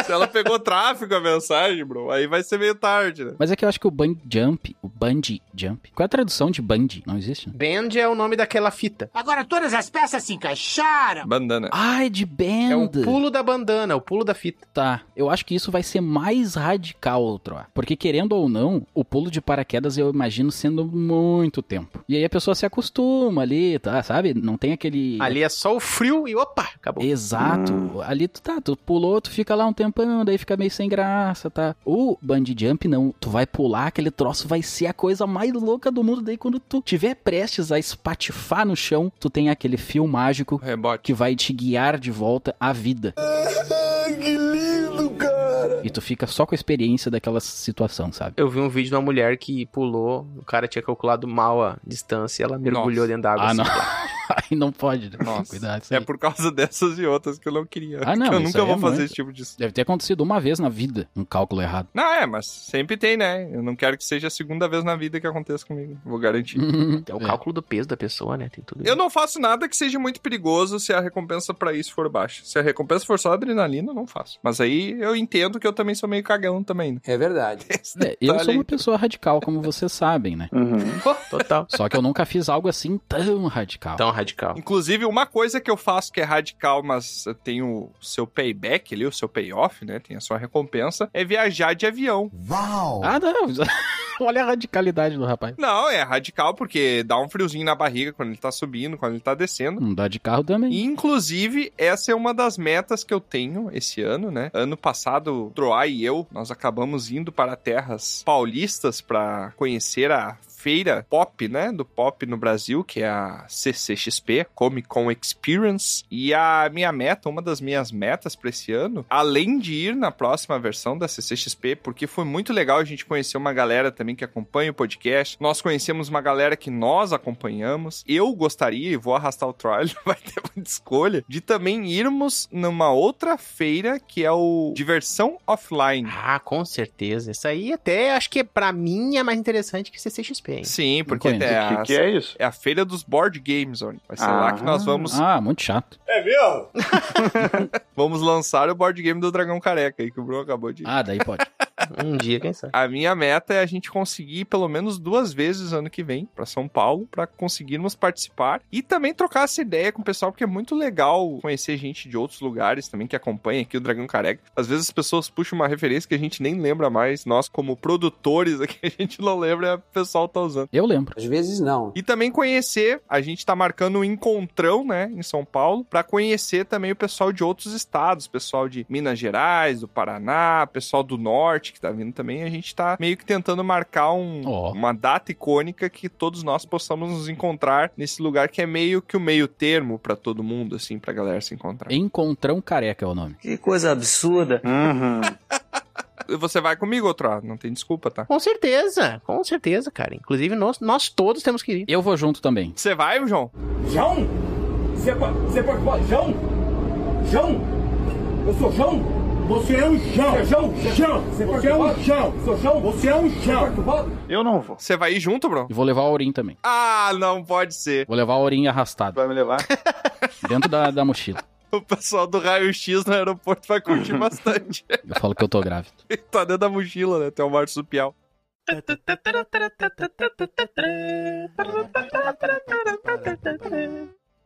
[SPEAKER 1] se ela pegou tráfego a mensagem, bro, aí vai ser meio tarde, né?
[SPEAKER 2] Mas é que eu acho que o bungee jump, o bungee jump. Qual é a tradução de bungee? Não existe?
[SPEAKER 1] um
[SPEAKER 2] né?
[SPEAKER 5] Band é o nome daquela fita.
[SPEAKER 8] Agora todas as peças se encaixaram.
[SPEAKER 1] Bandana.
[SPEAKER 2] Ai, de band.
[SPEAKER 5] É o pulo da bandana, o pulo da fita.
[SPEAKER 2] Tá, eu acho que isso vai ser mais radical, Troa. Porque querendo ou não, o pulo de paraquedas eu imagino sendo muito tempo. E aí a pessoa se acostuma ali, tá? Sabe? Não tem aquele.
[SPEAKER 5] Ali é só o frio e opa, acabou.
[SPEAKER 2] Exato. Ali tu tá, tu pulou, tu fica lá um tempão, daí fica meio sem graça, tá? O bungee jump não, tu vai pular, aquele troço vai ser a coisa mais louca do mundo, daí quando tu tiver prestes a espatifar no chão, tu tem aquele fio mágico que vai te guiar de volta à vida.
[SPEAKER 4] que lindo, cara!
[SPEAKER 2] E tu fica só com a experiência daquela situação, sabe?
[SPEAKER 5] Eu vi um vídeo de uma mulher que pulou, o cara tinha calculado mal a distância, ela mergulhou dentro da água.
[SPEAKER 2] Ah,
[SPEAKER 5] assim.
[SPEAKER 2] não. Aí não pode, né? Cuidado, isso
[SPEAKER 1] É
[SPEAKER 2] aí.
[SPEAKER 1] por causa dessas e outras que eu não queria.
[SPEAKER 2] Ah, não,
[SPEAKER 1] Que eu
[SPEAKER 2] isso
[SPEAKER 1] nunca
[SPEAKER 2] aí
[SPEAKER 1] vou
[SPEAKER 2] é
[SPEAKER 1] fazer
[SPEAKER 2] muito.
[SPEAKER 1] esse tipo de.
[SPEAKER 2] Deve ter acontecido uma vez na vida, um cálculo errado.
[SPEAKER 1] Não, é, mas sempre tem, né? Eu não quero que seja a segunda vez na vida que aconteça comigo. Vou garantir.
[SPEAKER 5] É o cálculo do peso da pessoa, né? Tem tudo isso.
[SPEAKER 1] Eu não faço nada que seja muito perigoso se a recompensa pra isso for baixa. Se a recompensa for só adrenalina, eu não faço. Mas aí eu entendo que eu também sou meio cagão também. né?
[SPEAKER 16] É verdade.
[SPEAKER 2] É, eu
[SPEAKER 5] Tá
[SPEAKER 2] sou uma pessoa radical, como vocês sabem, né?
[SPEAKER 3] Uhum.
[SPEAKER 5] Total.
[SPEAKER 2] Só que eu nunca fiz algo assim tão radical.
[SPEAKER 5] Tão radical.
[SPEAKER 1] Inclusive, uma coisa que eu faço que é radical, mas tem o seu payback ali, o seu payoff, né? Tem a sua recompensa, é viajar de avião.
[SPEAKER 2] Uau! Ah, não. Olha a radicalidade do rapaz.
[SPEAKER 1] Não, é radical porque dá um friozinho na barriga quando ele tá subindo, quando ele tá descendo.
[SPEAKER 2] Não dá Um de carro também.
[SPEAKER 1] Inclusive, essa é uma das metas que eu tenho esse ano, né? Ano passado, o Troá e eu, nós acabamos indo para terras paulistas para conhecer a feira pop, né, do pop no Brasil, que é a CCXP, Comic Con Experience. E a minha meta, uma das minhas metas para esse ano, além de ir na próxima versão da CCXP, porque foi muito legal a gente conhecer uma galera também que acompanha o podcast. Nós conhecemos uma galera que nós acompanhamos. Eu gostaria, e vou arrastar o trolho, vai ter muita escolha, de também irmos numa outra feira que é o Diversão Offline.
[SPEAKER 5] Ah, com certeza. Isso aí até acho que pra mim é mais interessante que CCXP, hein?
[SPEAKER 1] Sim, porque
[SPEAKER 2] conheço.
[SPEAKER 1] é
[SPEAKER 3] O que que é isso?
[SPEAKER 1] É a feira dos board games, Oni. Vai ser lá que nós vamos
[SPEAKER 2] Ah, muito chato.
[SPEAKER 1] É mesmo? Vamos lançar o board game do Dragão Careca aí, que o Bruno acabou de.
[SPEAKER 2] Ah, daí pode.
[SPEAKER 5] Um dia, quem sabe.
[SPEAKER 1] A minha meta é a gente conseguir ir pelo menos duas vezes ano que vem pra São Paulo pra conseguirmos participar e também trocar essa ideia com o pessoal, porque é muito legal conhecer gente de outros lugares também que acompanha aqui o Dragão Careca. Às vezes as pessoas puxam uma referência que a gente nem lembra mais, nós como produtores aqui a gente não lembra e o pessoal tá usando.
[SPEAKER 2] Eu lembro.
[SPEAKER 16] Às vezes não.
[SPEAKER 1] E também conhecer, a gente tá marcando um encontrão, né, em São Paulo, pra conhecer também o pessoal de outros estados, pessoal de Minas Gerais, do Paraná, pessoal do Norte que tá vindo também. A gente tá meio que tentando marcar um-
[SPEAKER 2] Ó.
[SPEAKER 1] uma data icônica que todos nós possamos nos encontrar nesse lugar que é meio que o meio termo pra todo mundo, assim, pra galera se encontrar.
[SPEAKER 2] Encontrão Careca é o nome.
[SPEAKER 1] Que coisa absurda.
[SPEAKER 3] Uhum.
[SPEAKER 1] Você vai comigo, outro, não tem desculpa, tá?
[SPEAKER 5] Com certeza, com certeza, cara. Inclusive, nós, nós todos temos que ir.
[SPEAKER 2] Eu vou junto também.
[SPEAKER 1] Você vai, João?
[SPEAKER 6] João? Você pode. Você pode. pode- João? João? Eu sou João? Você é um João! Você é João? João! Você é um João! Sou João? Você é um João!
[SPEAKER 1] Eu não vou. Você vai ir junto, bro?
[SPEAKER 2] E vou levar o Aurim também.
[SPEAKER 1] Ah, não pode ser.
[SPEAKER 2] Vou levar o Aurim arrastado.
[SPEAKER 3] Vai me levar?
[SPEAKER 2] Dentro da, da mochila.
[SPEAKER 1] o pessoal do raio-x no aeroporto vai curtir bastante.
[SPEAKER 2] Eu falo que eu tô grávido.
[SPEAKER 1] tá dentro da mochila, né? Tem o marsupial.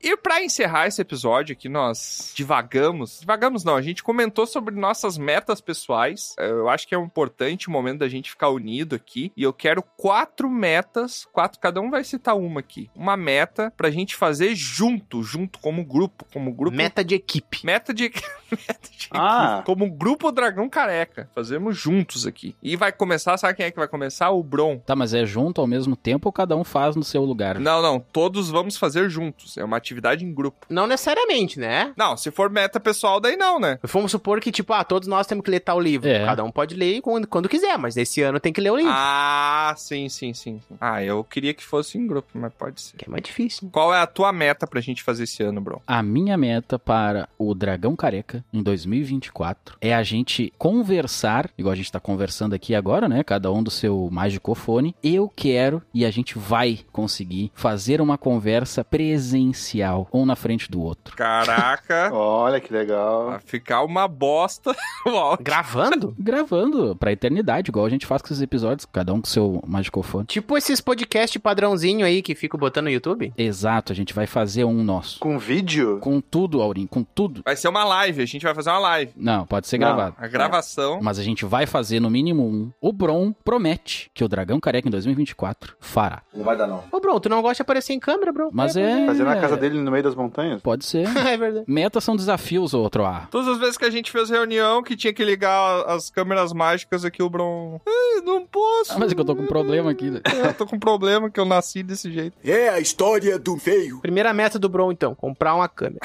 [SPEAKER 1] E para encerrar esse episódio que nós divagamos, divagamos não, a gente comentou sobre nossas metas pessoais. Eu acho que é um importante momento da gente ficar unido aqui. E eu quero quatro metas, quatro, cada um vai citar uma aqui. Uma meta pra gente fazer junto, junto como grupo, como grupo.
[SPEAKER 5] Meta de equipe.
[SPEAKER 1] Meta de, meta de ah. equipe. Como grupo Dragão Careca, fazemos juntos aqui. E vai começar, sabe quem é que vai começar? O Bron.
[SPEAKER 2] Tá, mas é junto ao mesmo tempo ou cada um faz no seu lugar?
[SPEAKER 1] Não, não, todos vamos fazer juntos. É uma atividade atividade em grupo.
[SPEAKER 5] Não necessariamente, né?
[SPEAKER 1] Não, se for meta pessoal, daí não, né?
[SPEAKER 5] Vamos supor que, tipo, ah, todos nós temos que ler tal livro. É. Cada um pode ler quando, quando quiser, mas esse ano tem que ler o livro.
[SPEAKER 1] Ah, sim, sim, sim. Ah, eu queria que fosse em grupo, mas pode ser.
[SPEAKER 5] Que é mais difícil.
[SPEAKER 1] Qual é a tua meta pra gente fazer esse ano, bro?
[SPEAKER 2] A minha meta para o Dragão Careca em 2024 é a gente conversar, igual a gente tá conversando aqui agora, né? Cada um do seu magicofone. Eu quero e a gente vai conseguir fazer uma conversa presencial um na frente do outro.
[SPEAKER 1] Caraca!
[SPEAKER 3] Olha que legal.
[SPEAKER 1] Vai ficar uma bosta.
[SPEAKER 5] Gravando?
[SPEAKER 2] Gravando pra eternidade, igual a gente faz com esses episódios, cada um com seu magicofone.
[SPEAKER 5] Tipo esses podcast padrãozinho aí que fico botando no YouTube?
[SPEAKER 2] Exato, a gente vai fazer um nosso.
[SPEAKER 3] Com vídeo?
[SPEAKER 2] Com tudo, Aurim, com tudo.
[SPEAKER 1] Vai ser uma live, a gente vai fazer uma live.
[SPEAKER 2] Não, pode ser Não, gravado.
[SPEAKER 1] A gravação.
[SPEAKER 2] Mas a gente vai fazer no mínimo um. O Bron promete que o Dragão Careca em 2024 fará.
[SPEAKER 3] Não vai dar, não.
[SPEAKER 5] Ô, Bron, tu não gosta de aparecer em câmera, Bron?
[SPEAKER 2] Mas é.
[SPEAKER 3] Fazer na casa dele no meio das montanhas?
[SPEAKER 2] Pode ser.
[SPEAKER 5] é verdade.
[SPEAKER 2] Metas são desafios, outro A.
[SPEAKER 1] Todas as vezes que a gente fez reunião que tinha que ligar as câmeras mágicas aqui, o Bron. Não posso.
[SPEAKER 2] Ah, mas é que eu tô com um problema aqui. Né?
[SPEAKER 1] eu tô com um problema que eu nasci desse jeito.
[SPEAKER 19] É a história do feio.
[SPEAKER 5] Primeira meta do Bron, então: comprar uma câmera.